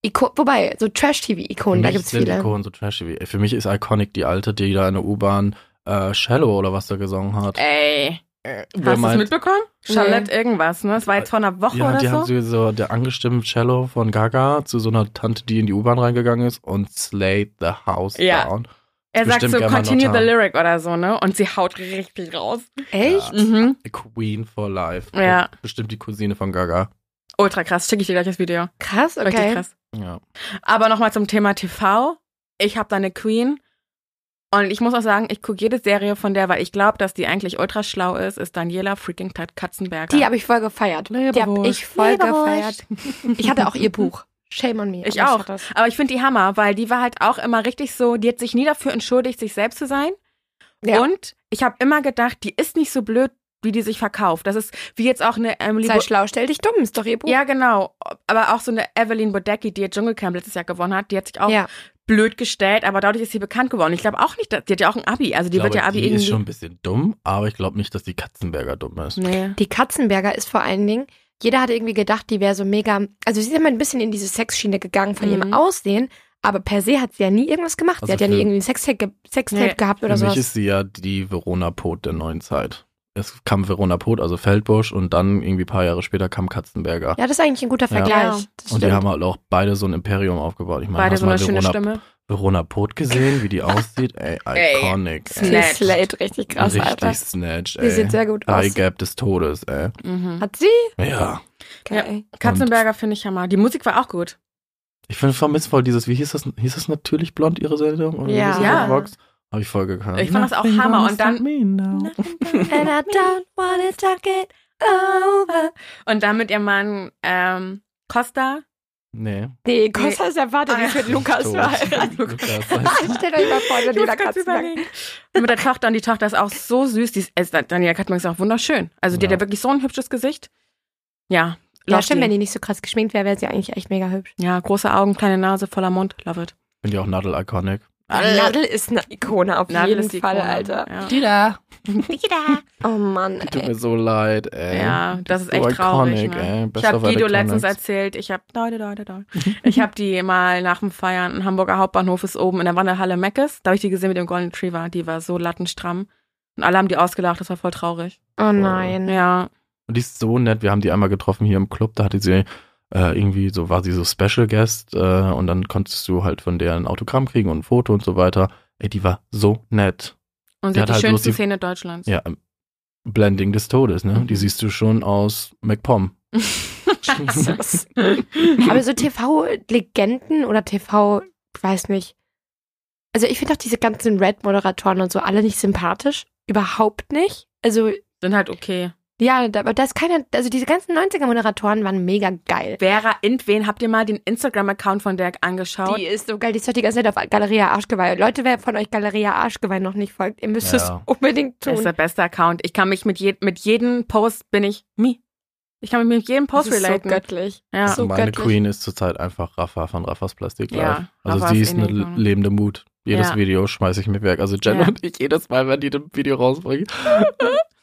Speaker 2: Iko wobei, so Trash-TV-Ikonen, da
Speaker 3: Für mich
Speaker 2: gibt's
Speaker 3: sind
Speaker 2: viele.
Speaker 3: Ikonen so trashy wie. Für mich ist Iconic die alte, die da in der U-Bahn äh, Shallow oder was da gesungen hat.
Speaker 4: Ey.
Speaker 3: Wer
Speaker 4: Äh, Hast du es
Speaker 3: meint- Äh,
Speaker 4: mitbekommen? Charlotte irgendwas, ne? Das war jetzt vor einer Woche
Speaker 3: Ja,
Speaker 4: oder
Speaker 3: die
Speaker 4: so.
Speaker 3: haben sie so der angestimmt Cello von Gaga zu so einer Tante, die in die U-Bahn reingegangen ist und slayed the house
Speaker 4: Ja.
Speaker 3: down.
Speaker 4: Er sagt
Speaker 3: Bestimmt
Speaker 4: so,
Speaker 3: Gamma
Speaker 4: continue
Speaker 3: Notar.
Speaker 4: the lyric oder so, ne? Und sie haut richtig raus.
Speaker 2: Echt?
Speaker 4: Mhm.
Speaker 3: A Queen for life.
Speaker 4: Ja.
Speaker 3: Bestimmt die Cousine von Gaga.
Speaker 4: Ultra krass. Schicke ich dir gleich das Video.
Speaker 2: Krass,
Speaker 4: Richtig
Speaker 2: okay.
Speaker 4: krass.
Speaker 3: Ja.
Speaker 4: Aber nochmal zum Thema TV. Ich habe da eine Queen. Und ich muss auch sagen, ich gucke jede Serie von der, weil ich glaube, dass die eigentlich ultra schlau ist, ist Daniela freaking Tat- Katzenberger.
Speaker 2: Die habe ich voll gefeiert. Die habe ich voll gefeiert. Ich hatte auch ihr Buch. Shame on me.
Speaker 4: Ich
Speaker 2: aber
Speaker 4: auch.
Speaker 2: hatte das.
Speaker 4: Aber ich finde die Hammer, weil die war halt auch immer richtig so, die hat sich nie dafür entschuldigt, sich selbst zu sein.
Speaker 2: Ja.
Speaker 4: Und ich habe immer gedacht, die ist nicht so blöd, wie die sich verkauft. Das ist wie jetzt auch eine Emily
Speaker 2: Sei
Speaker 4: Bo
Speaker 2: schlau, stell dich dumm, ist doch ihr Buch.
Speaker 4: Ja, genau. Aber auch so eine Evelyn Bodecki, die ihr Dschungelcamp letztes Jahr gewonnen hat, die hat sich auch
Speaker 2: Ja.
Speaker 4: blöd gestellt, aber dadurch ist sie bekannt geworden. Ich glaube auch nicht, dass, die hat ja auch ein Abi. Also die
Speaker 3: ich glaube,
Speaker 4: wird ja Abi
Speaker 3: die
Speaker 4: irgendwie.
Speaker 3: ist schon ein bisschen dumm, aber ich glaube nicht, dass die Katzenberger dumm ist.
Speaker 4: nee.
Speaker 2: Die Katzenberger ist vor allen Dingen, jeder hatte irgendwie gedacht, die wäre so mega. Also sie ist immer ein bisschen in diese Sexschiene gegangen von
Speaker 4: Mhm.
Speaker 2: ihrem Aussehen, aber per se hat sie ja nie irgendwas gemacht. sie
Speaker 3: Also
Speaker 2: hat ja nie
Speaker 3: für-
Speaker 2: irgendwie ein Sextape, ge Sextape
Speaker 4: Nee.
Speaker 2: gehabt oder
Speaker 3: Für mich
Speaker 2: sowas.
Speaker 3: ist sie ja die Verona Pot der neuen Zeit. es kam Verona Poth, also Feldbusch, und dann irgendwie ein paar Jahre später kam Katzenberger.
Speaker 2: Ja, das ist eigentlich ein guter
Speaker 3: Ja.
Speaker 2: Vergleich. Das
Speaker 3: und die
Speaker 2: stimmt.
Speaker 3: haben halt auch beide so ein Imperium aufgebaut. Ich meine,
Speaker 4: Beide
Speaker 3: hast
Speaker 4: so
Speaker 3: mal
Speaker 4: eine schöne
Speaker 3: Verona,
Speaker 4: Stimme.
Speaker 3: Verona Poth gesehen, wie die aussieht? Ey,
Speaker 4: <laughs> Ey,
Speaker 3: iconic.
Speaker 4: Snatch.
Speaker 3: ey.
Speaker 2: Die Slate richtig krass,
Speaker 3: Richtig
Speaker 2: Alter.
Speaker 3: snatched,
Speaker 2: Die
Speaker 3: ey.
Speaker 2: sieht sehr gut aus.
Speaker 3: Eye Gap des Todes, ey.
Speaker 4: Mhm.
Speaker 2: Hat sie?
Speaker 3: Ja.
Speaker 2: Okay.
Speaker 4: Katzenberger finde ich Hammer. Die Musik war auch gut.
Speaker 3: Ich finde vermisst voll dieses, wie hieß das, hieß das natürlich blond, ihre Sendung? Oder wie
Speaker 2: Ja.
Speaker 3: hieß das
Speaker 4: Ja.
Speaker 3: auf Vox? Hab ich voll gekannt.
Speaker 4: Ich fand das auch Hammer. Und dann-
Speaker 2: <laughs> And I don't wanna talk it over.
Speaker 4: Und dann mit ihrem Mann ähm, Costa.
Speaker 3: Nee.
Speaker 2: Nee, Ah, Costa ist der Vater, die ist mit Lukas
Speaker 4: <laughs>
Speaker 3: Tot.
Speaker 2: verheiratet.
Speaker 3: Lukas,
Speaker 2: Ah,
Speaker 3: weißt du.
Speaker 2: Stellt euch mal vor, Daniela Katzenberger.
Speaker 4: Und mit der Tochter. Und die Tochter ist auch so süß. Die ist, also Daniela Katzenberg ist auch wunderschön. Also die
Speaker 3: Ja.
Speaker 4: hat ja wirklich so ein hübsches Gesicht. Ja.
Speaker 2: Ja,
Speaker 4: love
Speaker 2: stimmt,
Speaker 4: die.
Speaker 2: wenn die nicht so krass geschminkt wäre, wäre sie eigentlich echt mega hübsch.
Speaker 4: Ja, große Augen, kleine Nase, voller Mund. Love it.
Speaker 3: Bin ja auch Nadel iconic.
Speaker 2: Nadel ist eine Ikone auf
Speaker 4: Nadel
Speaker 2: jeden
Speaker 4: ist die
Speaker 2: Fall,
Speaker 4: Ikone.
Speaker 2: Alter.
Speaker 4: Ja.
Speaker 3: Die da.
Speaker 2: Oh Mann,
Speaker 3: Tut
Speaker 2: ey.
Speaker 3: mir so leid, ey.
Speaker 4: Äh. Ja, das ist
Speaker 3: so
Speaker 4: echt traurig.
Speaker 3: Äh? iconic,
Speaker 4: ne?
Speaker 3: ey.
Speaker 4: Ich
Speaker 3: Best
Speaker 4: habe
Speaker 3: of
Speaker 4: Guido
Speaker 3: Electronics.
Speaker 4: letztens erzählt, ich habe ich habe die mal nach dem Feiern im Hamburger Hauptbahnhof ist oben in der Wanderhalle Meckes, da habe ich die gesehen mit dem Golden Retriever, die war so lattenstramm und alle haben die ausgelacht, das war voll traurig.
Speaker 2: Oh nein.
Speaker 4: Ja,
Speaker 3: Und die ist so nett. Wir haben die einmal getroffen hier im Club. Da hatte sie äh, irgendwie so, war sie so Special Guest äh, und dann konntest du halt von der ein Autogramm kriegen und ein Foto und so weiter. Ey, die war so nett.
Speaker 4: und
Speaker 3: Die
Speaker 4: sie hat
Speaker 3: hat
Speaker 4: die
Speaker 3: halt bloß
Speaker 4: schönste
Speaker 3: die-
Speaker 4: Szene Deutschlands.
Speaker 3: Ja, ähm, Blending des Todes, ne?
Speaker 4: Mhm.
Speaker 3: Die siehst du schon aus MacPom.
Speaker 2: Jesus. Aber so TV-Legenden oder TV, ich weiß nicht. Also ich finde auch diese ganzen Red-Moderatoren und so alle nicht sympathisch. Überhaupt nicht. Also,
Speaker 4: <laughs> Sind halt okay.
Speaker 2: ja, da, aber da ist keiner, also diese ganzen 90er-Moderatoren waren mega geil.
Speaker 4: Vera Intwen, habt ihr mal den Instagram Account von der angeschaut?
Speaker 2: Die ist so geil, die ist doch die ganze Zeit auf Galeria Arschgeweih. Leute, wer von euch Galeria Arschgeweih noch nicht folgt, ihr müsst es
Speaker 3: Ja.
Speaker 2: unbedingt
Speaker 4: Das ist der
Speaker 2: tun.
Speaker 4: beste Account. Ich kann mich mit, je mit jedem Post bin ich me. Ich kann mich mit jedem Post relaten.
Speaker 2: göttlich.
Speaker 4: ja.
Speaker 2: so
Speaker 3: Ah, Meine
Speaker 2: göttlich.
Speaker 3: Queen ist zurzeit einfach Rafa von Raffas Plastik
Speaker 4: Ja,
Speaker 3: Live. also
Speaker 4: Rafa
Speaker 3: sie
Speaker 4: ist
Speaker 3: ist eine
Speaker 4: ähnlich, ne?
Speaker 3: lebende Mut. Jedes
Speaker 4: Ja.
Speaker 3: Video schmeiße ich mit weg. Also Jen
Speaker 4: Ja.
Speaker 3: und ich jedes Mal, wenn die das Video
Speaker 4: <laughs>
Speaker 3: rausbringen.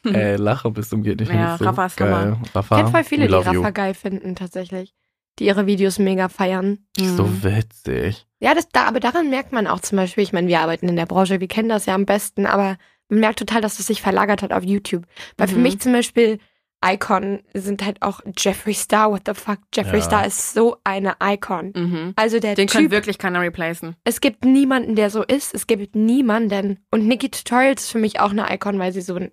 Speaker 3: Ey, lache bis zum geht nicht mehr.
Speaker 4: Ja,
Speaker 3: Ist so
Speaker 4: Rafa ist
Speaker 3: geil. Rafa,
Speaker 2: Ich kenne voll viele,
Speaker 3: we
Speaker 2: die
Speaker 3: love
Speaker 2: Rafa
Speaker 3: you.
Speaker 2: geil finden, tatsächlich. Die ihre Videos mega feiern.
Speaker 3: Die ist
Speaker 4: Mhm.
Speaker 3: so witzig.
Speaker 2: Ja, das, da, aber daran merkt man auch zum Beispiel, ich meine, wir arbeiten in der Branche, wir kennen das ja am besten, aber man merkt total, dass es sich verlagert hat auf YouTube. Weil für
Speaker 4: Mhm.
Speaker 2: mich zum Beispiel Icon sind halt auch Jeffree Star, what the fuck, Jeffree
Speaker 3: Ja.
Speaker 2: Star ist so eine Icon.
Speaker 4: Mhm.
Speaker 2: Also der
Speaker 4: Den
Speaker 2: Typ
Speaker 4: kann wirklich keiner replacen.
Speaker 2: Es gibt niemanden, der so ist. Es gibt niemanden. Und Nikki Tutorials ist für mich auch eine Icon, weil sie so ein,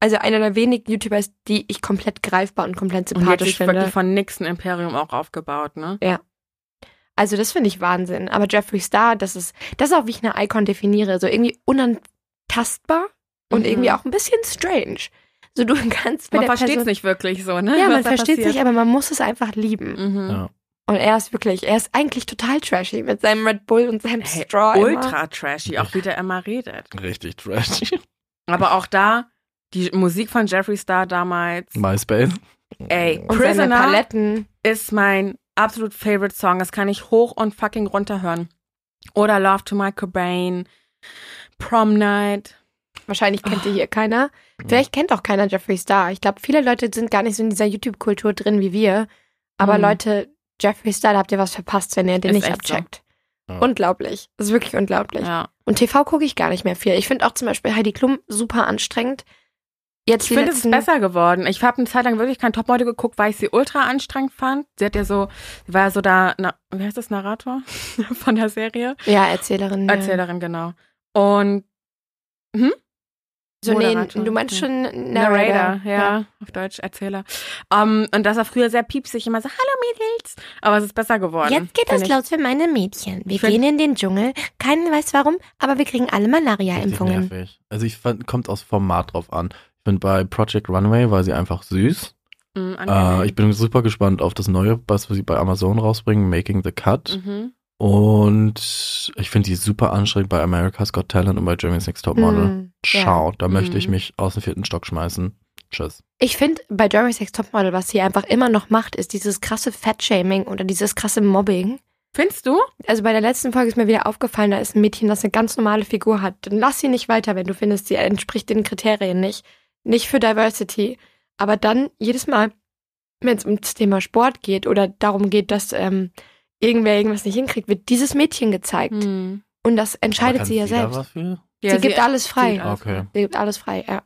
Speaker 2: also einer der wenigen YouTuber ist, die ich komplett greifbar und komplett
Speaker 4: Und die hat sich
Speaker 2: sympathisch
Speaker 4: wirklich
Speaker 2: finde.
Speaker 4: von nix ein Imperium auch aufgebaut, ne?
Speaker 2: Also das finde ich Wahnsinn. Aber Jeffree Star, das ist, das ist auch, wie ich eine Icon definiere. So irgendwie unantastbar und
Speaker 4: Mhm.
Speaker 2: irgendwie auch ein bisschen strange. So du <laughs> kannst
Speaker 4: Man
Speaker 2: mit der
Speaker 4: versteht es
Speaker 2: Person,
Speaker 4: nicht wirklich so, ne?
Speaker 2: Ja,
Speaker 4: was
Speaker 2: man
Speaker 4: da
Speaker 2: versteht es
Speaker 4: passiert.
Speaker 2: nicht, aber man muss es einfach lieben.
Speaker 4: Mhm.
Speaker 3: Ja.
Speaker 2: Und er ist wirklich, er ist eigentlich total trashy mit seinem Red Bull und seinem
Speaker 4: Hey,
Speaker 2: Straw.
Speaker 4: ultra trashy, auch wie der immer redet. <laughs>
Speaker 3: Richtig trash.
Speaker 4: Aber auch da, die Musik von Jeffree Star damals,
Speaker 3: MySpace.
Speaker 4: ey,
Speaker 2: Immer. Und seine
Speaker 4: Prisoner
Speaker 2: Paletten.
Speaker 4: ist mein absolut favorite Song. Das kann ich hoch und fucking runter hören. Oder Love to My Cobain, Prom Night.
Speaker 2: Wahrscheinlich kennt
Speaker 4: Ah.
Speaker 2: ihr hier keiner. Vielleicht kennt auch keiner Jeffree Star. Ich glaube, viele Leute sind gar nicht so in dieser YouTube-Kultur drin wie wir. Aber
Speaker 4: Mhm.
Speaker 2: Leute, Jeffree Star, da habt ihr was verpasst, wenn ihr den
Speaker 4: Ist
Speaker 2: nicht
Speaker 4: echt so.
Speaker 2: abcheckt.
Speaker 3: Ja.
Speaker 2: Unglaublich. Das ist wirklich unglaublich.
Speaker 4: Ja.
Speaker 2: Und TV gucke ich gar nicht mehr viel. Ich finde auch zum Beispiel Heidi Klum super anstrengend. Jetzt
Speaker 4: Ich
Speaker 2: die
Speaker 4: finde, es ist
Speaker 2: letzten,
Speaker 4: besser geworden. Ich habe eine Zeit lang wirklich kein Topmodel geguckt, weil ich sie ultra anstrengend fand. Sie hat ja so, sie war ja so da, na, wie heißt das, Narrator <laughs> von der Serie?
Speaker 2: Ja, Erzählerin. äh, Ja.
Speaker 4: Erzählerin, genau. Und
Speaker 2: So, nee,
Speaker 4: Moderator,
Speaker 2: du meinst
Speaker 4: ja.
Speaker 2: schon Narrator.
Speaker 4: Narrator, ja, auf Deutsch Erzähler. Um, und das war früher sehr piepsig, immer so, hallo Mädels. Aber es ist besser geworden.
Speaker 2: Jetzt geht
Speaker 4: find
Speaker 2: es
Speaker 4: ich.
Speaker 2: los für meine Mädchen. Wir
Speaker 4: Find-
Speaker 2: gehen in den Dschungel. Keiner weiß warum, aber wir kriegen alle
Speaker 3: Richtig
Speaker 2: Malaria-Impfungen.
Speaker 3: nervig. Also ich fand, kommt aus Format drauf an. Ich bin bei Project Runway, war sie einfach süß.
Speaker 4: Mm, angenehm.
Speaker 3: Äh, ich bin super gespannt auf das Neue, was sie bei Amazon rausbringen, Making the Cut.
Speaker 4: Mhm.
Speaker 3: Und ich finde die super anstrengend bei America's Got Talent und bei Germany's Next Top Model.
Speaker 2: Hm, ja.
Speaker 3: Schau, da möchte ich
Speaker 4: Mhm.
Speaker 3: mich aus dem vierten Stock schmeißen. Tschüss.
Speaker 2: Ich finde, bei Jeremy's Next Topmodel, was sie einfach immer noch macht, ist dieses krasse Fettshaming oder dieses krasse Mobbing.
Speaker 4: Findest du?
Speaker 2: Also bei der letzten Folge ist mir wieder aufgefallen, da ist ein Mädchen, das eine ganz normale Figur hat. Dann lass sie nicht weiter, wenn du findest, sie entspricht den Kriterien nicht. Nicht für Diversity. Aber dann jedes Mal, wenn es ums Thema Sport geht oder darum geht, dass ähm, irgendwer irgendwas nicht hinkriegt, wird dieses Mädchen gezeigt.
Speaker 4: Mhm.
Speaker 2: Und das
Speaker 3: Aber
Speaker 2: entscheidet
Speaker 3: kann
Speaker 2: sie ja
Speaker 3: da
Speaker 2: selbst.
Speaker 3: Was für?
Speaker 2: sie gibt alles frei.
Speaker 4: alles
Speaker 3: Okay.
Speaker 2: Sie gibt alles frei, ja.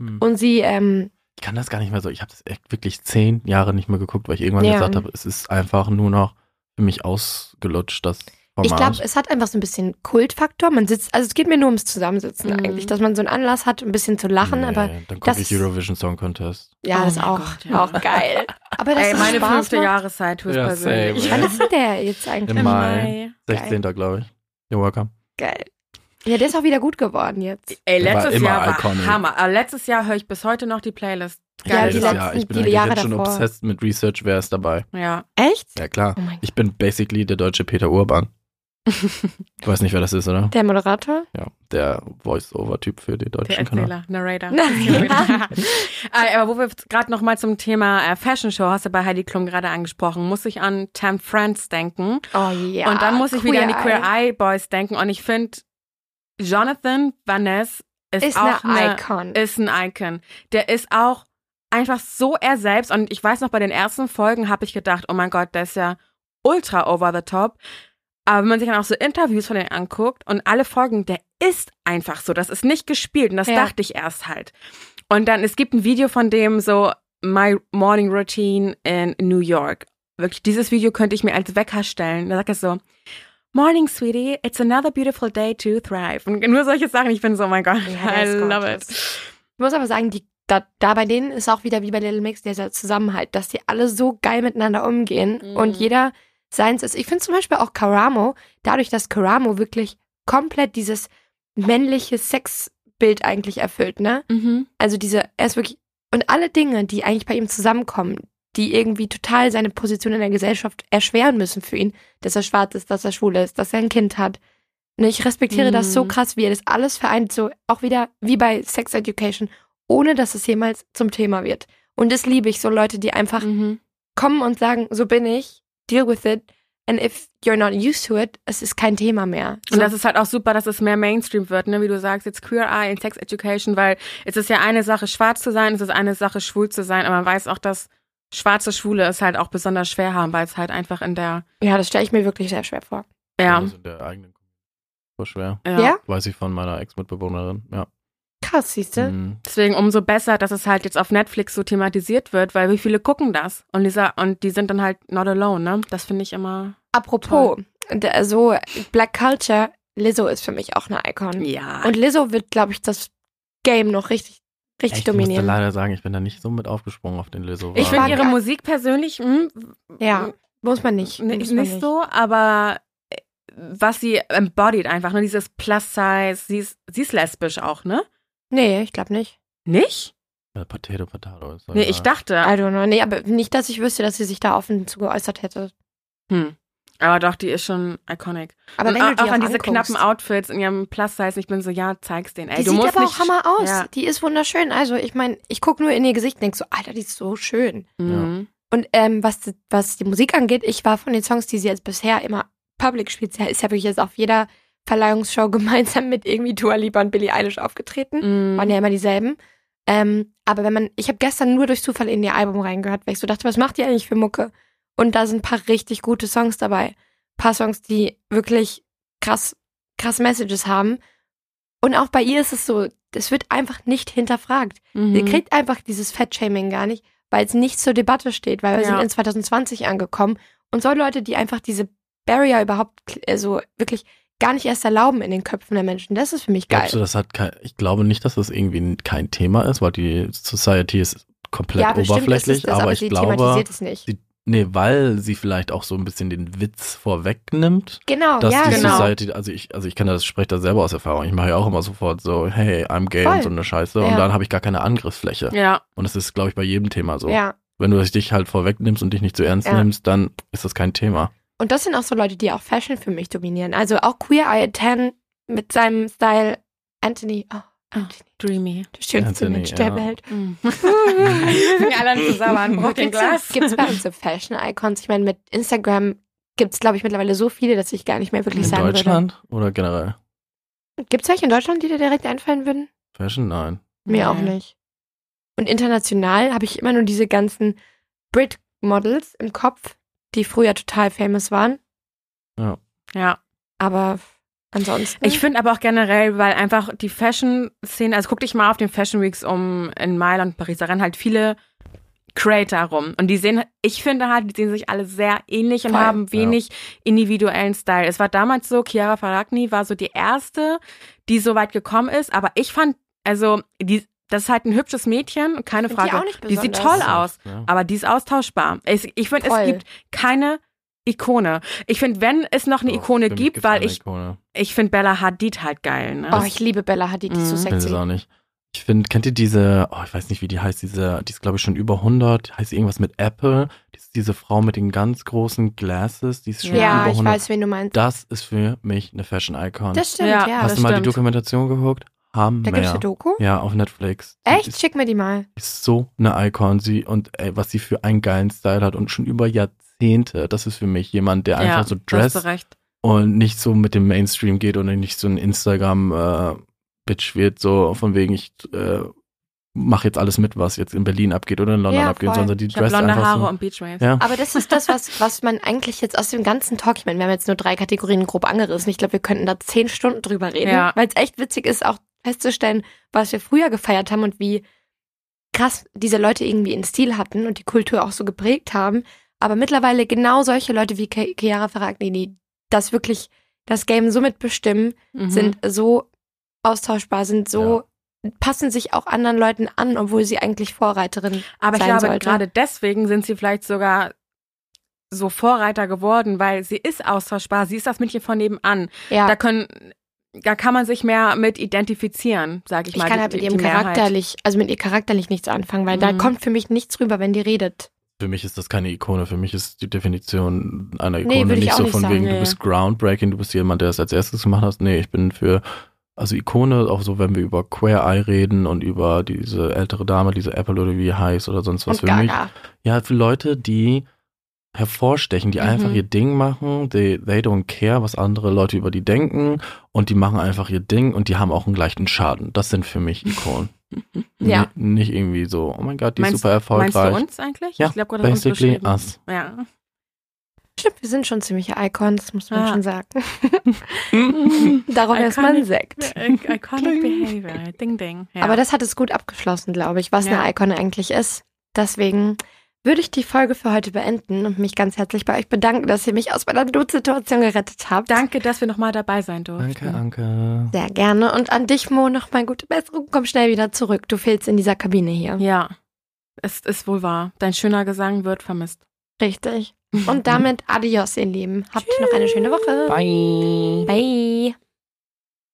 Speaker 3: Hm.
Speaker 2: Und sie, ähm,
Speaker 3: Ich kann das gar nicht mehr so. Ich habe das echt wirklich zehn Jahre nicht mehr geguckt, weil ich irgendwann
Speaker 2: Ja.
Speaker 3: gesagt habe, es ist einfach nur noch für mich ausgelutscht, das Format.
Speaker 2: ich äh, glaube, es hat einfach so ein bisschen Kultfaktor. Man sitzt, also es geht mir nur ums Zusammensitzen
Speaker 4: Mhm.
Speaker 2: eigentlich, dass man so einen Anlass hat, ein bisschen zu lachen,
Speaker 3: nee,
Speaker 2: aber
Speaker 3: Dann
Speaker 2: das-
Speaker 3: gucke ich Eurovision Song Contest.
Speaker 2: ja,
Speaker 4: Oh
Speaker 2: das ist
Speaker 4: mein
Speaker 2: auch,
Speaker 4: Gott, ja.
Speaker 2: auch geil. <laughs> Aber das
Speaker 4: Ey,
Speaker 2: ist
Speaker 4: meine
Speaker 2: Spaß
Speaker 4: fünfte
Speaker 2: macht.
Speaker 4: Jahreszeit
Speaker 3: Ja,
Speaker 4: höchstpersönlich.
Speaker 3: same,
Speaker 2: Wann ist denn der
Speaker 3: <laughs>
Speaker 2: jetzt eigentlich?
Speaker 3: Im
Speaker 4: Im
Speaker 3: Mai.
Speaker 4: Mai.
Speaker 3: 16. glaube ich. Der Welcome.
Speaker 2: Geil. Ja, der ist auch wieder gut geworden jetzt.
Speaker 4: Ey,
Speaker 3: Der war
Speaker 4: letztes
Speaker 3: immer
Speaker 4: Jahr war
Speaker 3: iconic.
Speaker 4: Hammer. Aber letztes Jahr höre ich bis heute noch die Playlist.
Speaker 2: Ja,
Speaker 4: Geil.
Speaker 2: die
Speaker 3: Jedes
Speaker 2: letzten-
Speaker 3: Jahr. Ich bin
Speaker 2: die
Speaker 3: eigentlich
Speaker 2: Jahre
Speaker 3: jetzt schon
Speaker 2: davor.
Speaker 3: obsessed mit Research, wer ist dabei.
Speaker 4: Ja.
Speaker 2: Echt?
Speaker 3: Ja, klar.
Speaker 2: Oh mein Gott.
Speaker 3: Ich bin basically der deutsche Peter Urban. Du weißt nicht, wer das ist, oder?
Speaker 2: Der Moderator?
Speaker 3: Ja, der Voice-Over-Typ für
Speaker 4: Der
Speaker 3: den deutschen Kanal.
Speaker 4: Erzähler, Narrator.
Speaker 2: Narrator.
Speaker 4: <laughs> Äh, Aber wo wir gerade nochmal zum Thema äh, Fashion Show, hast du bei Heidi Klum gerade angesprochen, muss ich an Tam France denken.
Speaker 2: Oh ja.
Speaker 4: und dann muss ich wieder an die Queer
Speaker 2: Eye.
Speaker 4: Eye Boys denken. Und ich finde, Jonathan Van Ness ist,
Speaker 2: Ist
Speaker 4: auch ne
Speaker 2: eine
Speaker 4: eine,
Speaker 2: Icon.
Speaker 4: ist ein Icon. Der ist auch einfach so er selbst. Und ich weiß noch, bei den ersten Folgen habe ich gedacht, oh mein Gott, der ist ja ultra over the top. Aber wenn man sich dann auch so Interviews von denen anguckt und alle Folgen, der ist einfach so. Das ist nicht gespielt und das
Speaker 2: Ja.
Speaker 4: dachte ich erst halt. Und dann, es gibt ein Video von dem so, My Morning Routine in New York. Wirklich, dieses Video könnte ich mir als Wecker stellen. Da sagt er so, Morning, sweetie. It's another beautiful day to thrive. Und nur solche Sachen. Ich bin so, oh mein Gott,
Speaker 2: Ja, der
Speaker 4: I
Speaker 2: ist
Speaker 4: love
Speaker 2: gorgeous.
Speaker 4: it.
Speaker 2: Ich muss aber sagen, die, da, da bei denen ist auch wieder wie bei Little Mix dieser Zusammenhalt, dass die alle so geil miteinander umgehen
Speaker 4: Mhm.
Speaker 2: und jeder seins ist. Ich finde zum Beispiel auch Karamo, dadurch, dass Karamo wirklich komplett dieses männliche Sexbild eigentlich erfüllt, ne?
Speaker 4: Mhm.
Speaker 2: Also diese, er ist wirklich, und alle Dinge, die eigentlich bei ihm zusammenkommen, die irgendwie total seine Position in der Gesellschaft erschweren müssen für ihn, dass er schwarz ist, dass er schwul ist, dass er ein Kind hat. Und ich respektiere das so
Speaker 4: Mhm.
Speaker 2: krass, wie er das alles vereint, so auch wieder wie bei Sex Education, ohne dass es jemals zum Thema wird. Und das liebe ich, so Leute, die einfach
Speaker 4: Mhm.
Speaker 2: kommen und sagen, so bin ich, deal with it. And if you're not used to it, es ist kein Thema mehr. So,
Speaker 4: Und das ist halt auch super, dass es mehr Mainstream wird, ne? wie du sagst, jetzt Queer Eye in Sex Education, weil es ist ja eine Sache, schwarz zu sein, es ist eine Sache, schwul zu sein, aber man weiß auch, dass schwarze Schwule es halt auch besonders schwer haben, weil es halt einfach in der,
Speaker 2: ja, das stelle ich mir wirklich sehr schwer vor.
Speaker 4: ja,
Speaker 3: Das in der eigenen War schwer.
Speaker 4: ja.
Speaker 2: Ja?
Speaker 3: Weiß ich von meiner Ex-Mitbewohnerin. Ja.
Speaker 2: Krass, siehst du?
Speaker 3: Mhm.
Speaker 4: Deswegen umso besser, dass es halt jetzt auf Netflix so thematisiert wird, weil wie viele gucken das? Und dieser, und die sind dann halt not alone, ne? Das finde ich immer.
Speaker 2: Apropos, der, so Black Culture, Lizzo ist für mich auch eine Icon.
Speaker 4: Ja.
Speaker 2: Und Lizzo wird, glaube ich, das Game noch richtig,
Speaker 3: Echt,
Speaker 2: richtig
Speaker 3: Ich musste
Speaker 2: dominieren.
Speaker 3: leider sagen, ich bin da nicht so mit aufgesprungen auf den Lizzo.
Speaker 4: Ich
Speaker 2: war
Speaker 4: finde ihre
Speaker 2: geil.
Speaker 4: Musik persönlich hm,
Speaker 2: Ja, muss man nicht.
Speaker 4: n-
Speaker 2: muss
Speaker 4: nicht,
Speaker 2: man
Speaker 4: so, aber äh, was sie embodied einfach, ne? Dieses Plus Size, sie ist, sie ist lesbisch auch, ne?
Speaker 2: Nee, ich glaube nicht.
Speaker 4: Nicht?
Speaker 3: Äh, Potato, Potato. ist doch
Speaker 4: Nee, ich
Speaker 3: egal.
Speaker 2: I
Speaker 4: dachte.
Speaker 2: don't know. Nee, aber nicht, dass ich wüsste, dass sie sich da offen zu geäußert hätte.
Speaker 4: Hm. Aber doch, die ist schon iconic.
Speaker 2: Aber
Speaker 4: und
Speaker 2: wenn
Speaker 4: auch,
Speaker 2: du die
Speaker 4: auch an diese
Speaker 2: anguckst,
Speaker 4: knappen Outfits in ihrem Plus Size, ich bin so, ja, zeig's den, ey.
Speaker 2: Die
Speaker 4: du
Speaker 2: sieht
Speaker 4: musst
Speaker 2: aber auch
Speaker 4: nicht,
Speaker 2: Hammer aus.
Speaker 4: Ja.
Speaker 2: Die ist wunderschön. Also, ich meine, ich gucke nur in ihr Gesicht und denke so, Alter, die ist so schön.
Speaker 4: Mhm.
Speaker 2: Und ähm, was, die- was die Musik angeht, ich war von den Songs, die sie jetzt bisher immer public spielt, sie ist ja wirklich jetzt auf jeder Verleihungsshow <laughs> gemeinsam mit irgendwie Dua Lipa und Billie Eilish aufgetreten.
Speaker 4: Mhm.
Speaker 2: Waren ja immer dieselben. Ähm, aber wenn man, ich habe gestern nur durch Zufall in ihr Album reingehört, weil ich so dachte, was macht die eigentlich für Mucke? Und da sind ein paar richtig gute Songs dabei. paar Songs, die wirklich krass, krass Messages haben. Und auch bei ihr ist es so, es wird einfach nicht hinterfragt.
Speaker 4: Mhm.
Speaker 2: Sie kriegt einfach dieses Fettshaming gar nicht, weil es nicht zur Debatte steht, weil wir
Speaker 4: Ja.
Speaker 2: sind in 2020 angekommen. Und so Leute, die einfach diese Barrier überhaupt, also wirklich gar nicht erst erlauben in den Köpfen der Menschen, das ist für mich geil.
Speaker 3: Glaubst du, das hat kein, ich glaube nicht, dass das irgendwie n- kein Thema ist, weil die Society ist komplett oberflächlich,
Speaker 2: ist es das,
Speaker 3: aber,
Speaker 2: aber
Speaker 3: ich
Speaker 2: sie
Speaker 3: glaube,
Speaker 2: thematisiert es nicht.
Speaker 3: sie- nee, weil sie vielleicht auch so ein bisschen den Witz vorwegnimmt,
Speaker 2: Genau,
Speaker 3: dass
Speaker 2: ja,
Speaker 3: die
Speaker 2: genau.
Speaker 3: Society, also ich, also ich kann das, spreche da selber aus Erfahrung, ich mache ja auch immer sofort so, hey, I'm gay
Speaker 2: Voll.
Speaker 3: und so eine Scheiße und
Speaker 2: Ja.
Speaker 3: dann habe ich gar keine Angriffsfläche.
Speaker 4: Ja.
Speaker 3: Und das ist, glaube ich, bei jedem Thema so.
Speaker 2: Ja.
Speaker 3: Wenn du dich halt vorwegnimmst und dich nicht zu ernst
Speaker 2: Ja.
Speaker 3: nimmst, dann ist das kein Thema.
Speaker 2: Und das sind auch so Leute, die auch Fashion für mich dominieren. Also auch Queer Eye at 10 mit seinem Style Anthony, oh, Anthony,
Speaker 4: Dreamy.
Speaker 2: der schönste
Speaker 3: Anthony,
Speaker 2: Mensch der
Speaker 3: ja.
Speaker 2: Welt.
Speaker 4: Mhm. Wir alle
Speaker 3: <laughs>
Speaker 4: an zusammen. Braucht den Glas.
Speaker 2: Gibt's bei uns so Fashion Icons? Ich meine, mit Instagram gibt's glaube ich, mittlerweile so viele, dass ich gar nicht mehr wirklich
Speaker 3: In
Speaker 2: sagen
Speaker 3: Deutschland oder generell?
Speaker 2: würde. Gibt's welche in Deutschland, die dir direkt einfallen würden?
Speaker 3: Fashion? Nein.
Speaker 2: Mir auch
Speaker 4: <laughs> Nee.
Speaker 2: nicht. Und international habe ich immer nur diese ganzen Brit-Models im Kopf, die früher total famous waren.
Speaker 4: Ja.
Speaker 2: Aber Ansonsten.
Speaker 4: Ich finde aber auch generell, weil einfach die Fashion-Szene, also guck dich mal auf den Fashion Weeks um in Mailand und Paris, da rennen halt viele Creator rum. Und die sehen, ich finde halt, die sehen sich alle sehr ähnlich und
Speaker 2: Voll.
Speaker 4: haben wenig individuellen Style. Es war damals so, Chiara Ferragni war so die erste, die so weit gekommen ist, aber ich fand, also, die, das ist halt ein hübsches Mädchen, und keine
Speaker 2: Find die
Speaker 4: Frage.
Speaker 2: auch nicht
Speaker 4: die sieht
Speaker 2: besonders.
Speaker 4: toll aus.
Speaker 3: Ja.
Speaker 4: Aber die ist austauschbar. Es, ich finde,
Speaker 2: Voll.
Speaker 4: es gibt keine Ikone. Ich finde, wenn es noch eine
Speaker 3: Doch,
Speaker 4: Ikone
Speaker 3: für mich
Speaker 4: gibt,
Speaker 3: gibt's
Speaker 4: weil
Speaker 3: eine
Speaker 4: ich,
Speaker 3: Ikone.
Speaker 4: ich finde Bella Hadid halt geil. Ne?
Speaker 2: oh, ich liebe Bella Hadid, die ist
Speaker 4: Mhm.
Speaker 2: so
Speaker 3: Ich weiß es
Speaker 2: sexy.
Speaker 3: auch nicht. Ich finde, kennt ihr diese, oh, ich weiß nicht, wie die heißt, diese, die ist glaube ich schon über 100, heißt irgendwas mit Apple, die ist diese Frau mit den ganz großen Glasses, die ist schon
Speaker 2: Ja,
Speaker 3: über
Speaker 2: ich
Speaker 3: 100.
Speaker 2: weiß, wen du meinst.
Speaker 3: Das ist für mich eine Fashion-Icon.
Speaker 2: Das stimmt, ja.
Speaker 4: Ja,
Speaker 3: Hast
Speaker 4: das
Speaker 3: du mal die
Speaker 4: stimmt.
Speaker 3: Dokumentation geguckt? Hammer.
Speaker 2: da gibt's eine Doku?
Speaker 3: Ja, auf Netflix. Die
Speaker 2: Echt?
Speaker 3: Ist,
Speaker 2: Schick mir die mal.
Speaker 3: ist so eine Icon, sie und ey, was sie für einen geilen Style hat und schon über Jahrzehnte. Das ist für mich jemand, der einfach so
Speaker 4: da hast du
Speaker 3: dress
Speaker 4: recht.
Speaker 3: und nicht so mit dem Mainstream geht und nicht so ein Instagram äh, Bitch wird, so von wegen ich äh, mache jetzt alles mit, was jetzt in Berlin abgeht oder in London
Speaker 2: Ja,
Speaker 3: abgeht,
Speaker 2: voll.
Speaker 3: sondern die
Speaker 4: Ich habe
Speaker 3: dress
Speaker 4: blonde
Speaker 3: einfach
Speaker 4: Haare
Speaker 3: so.
Speaker 4: und Beachwaves.
Speaker 3: Ja.
Speaker 2: Aber das ist das, was, was man eigentlich jetzt aus dem ganzen Talk, ich meine, wir haben jetzt nur drei Kategorien grob angerissen. Ich glaube, wir könnten da zehn Stunden drüber reden,
Speaker 4: Ja.
Speaker 2: weil es echt witzig ist, auch festzustellen, was wir früher gefeiert haben und wie krass diese Leute irgendwie in Stil hatten und die Kultur auch so geprägt haben. Aber mittlerweile genau solche Leute wie Ki- Chiara Ferragni, die das wirklich das Game so mitbestimmen,
Speaker 4: Mhm.
Speaker 2: sind so austauschbar, sind so, passen sich auch anderen Leuten an, obwohl sie eigentlich Vorreiterin
Speaker 4: Aber ich
Speaker 2: sein
Speaker 4: glaube,
Speaker 2: sollte.
Speaker 4: gerade deswegen sind sie vielleicht sogar so Vorreiter geworden, weil sie ist austauschbar. Sie ist das Mädchen von nebenan.
Speaker 2: ja.
Speaker 4: Da können, da kann man sich mehr mit identifizieren, sage ich,
Speaker 2: Ich
Speaker 4: mal.
Speaker 2: kann
Speaker 4: die-
Speaker 2: halt mit
Speaker 4: die-
Speaker 2: ihrem
Speaker 4: die Mehrheit.
Speaker 2: charakterlich, also mit ihr charakterlich nichts anfangen, weil da
Speaker 4: Mhm.
Speaker 2: kommt für mich nichts rüber, wenn die redet.
Speaker 3: Für mich ist das keine Ikone, für mich ist die Definition einer
Speaker 2: Nee,
Speaker 3: Ikone
Speaker 2: würde ich
Speaker 3: nicht
Speaker 2: auch
Speaker 3: so
Speaker 2: nicht
Speaker 3: von
Speaker 2: sagen,
Speaker 3: wegen, du
Speaker 4: nee.
Speaker 3: bist groundbreaking, du bist jemand, der es als erstes gemacht hast. Nee, ich bin für, also Ikone, auch so wenn wir über Queer Eye reden und über diese ältere Dame, diese Apple oder wie die heißt oder sonst was
Speaker 2: und
Speaker 3: für mich.
Speaker 2: Gaga.
Speaker 3: Ja, für Leute, die hervorstechen, die
Speaker 4: Mhm.
Speaker 3: einfach ihr Ding machen, they, they don't care, was andere Leute über die denken und die machen einfach ihr Ding und die haben auch einen gleichen Schaden. Das sind für mich Ikonen.
Speaker 2: <laughs>
Speaker 4: Ja.
Speaker 3: N nicht irgendwie so, oh mein Gott, die ist
Speaker 4: Meinst-
Speaker 3: super erfolgreich.
Speaker 4: Meinst du uns eigentlich?
Speaker 3: Ja,
Speaker 4: ich glaube, gerade uns
Speaker 3: Basically
Speaker 4: beschrieben.
Speaker 3: us.
Speaker 4: Ja.
Speaker 2: <laughs> Stimmt, wir sind schon ziemliche Icons, muss man
Speaker 4: Ah. <laughs>
Speaker 2: schon sagen. Darum
Speaker 4: Iconic-
Speaker 2: erstmal ein Sekt.
Speaker 4: Iconic Behavior. Ding, ding. Ja.
Speaker 2: Aber das hat es gut abgeschlossen, glaube ich, was
Speaker 4: Ja.
Speaker 2: eine Icon eigentlich ist. Deswegen würde ich die Folge für heute beenden und mich ganz herzlich bei euch bedanken, dass ihr mich aus meiner Notsituation gerettet habt.
Speaker 4: Danke, dass wir nochmal dabei sein durften.
Speaker 3: Danke, Anke.
Speaker 2: Sehr gerne. Und an dich, Mo, nochmal gute Besserung. Komm schnell wieder zurück. Du fehlst in dieser Kabine hier.
Speaker 4: Ja, es ist wohl wahr. Dein schöner Gesang wird vermisst.
Speaker 2: Richtig. Und damit adios, ihr Lieben. Habt noch eine schöne Woche.
Speaker 3: Bye.
Speaker 2: Bye.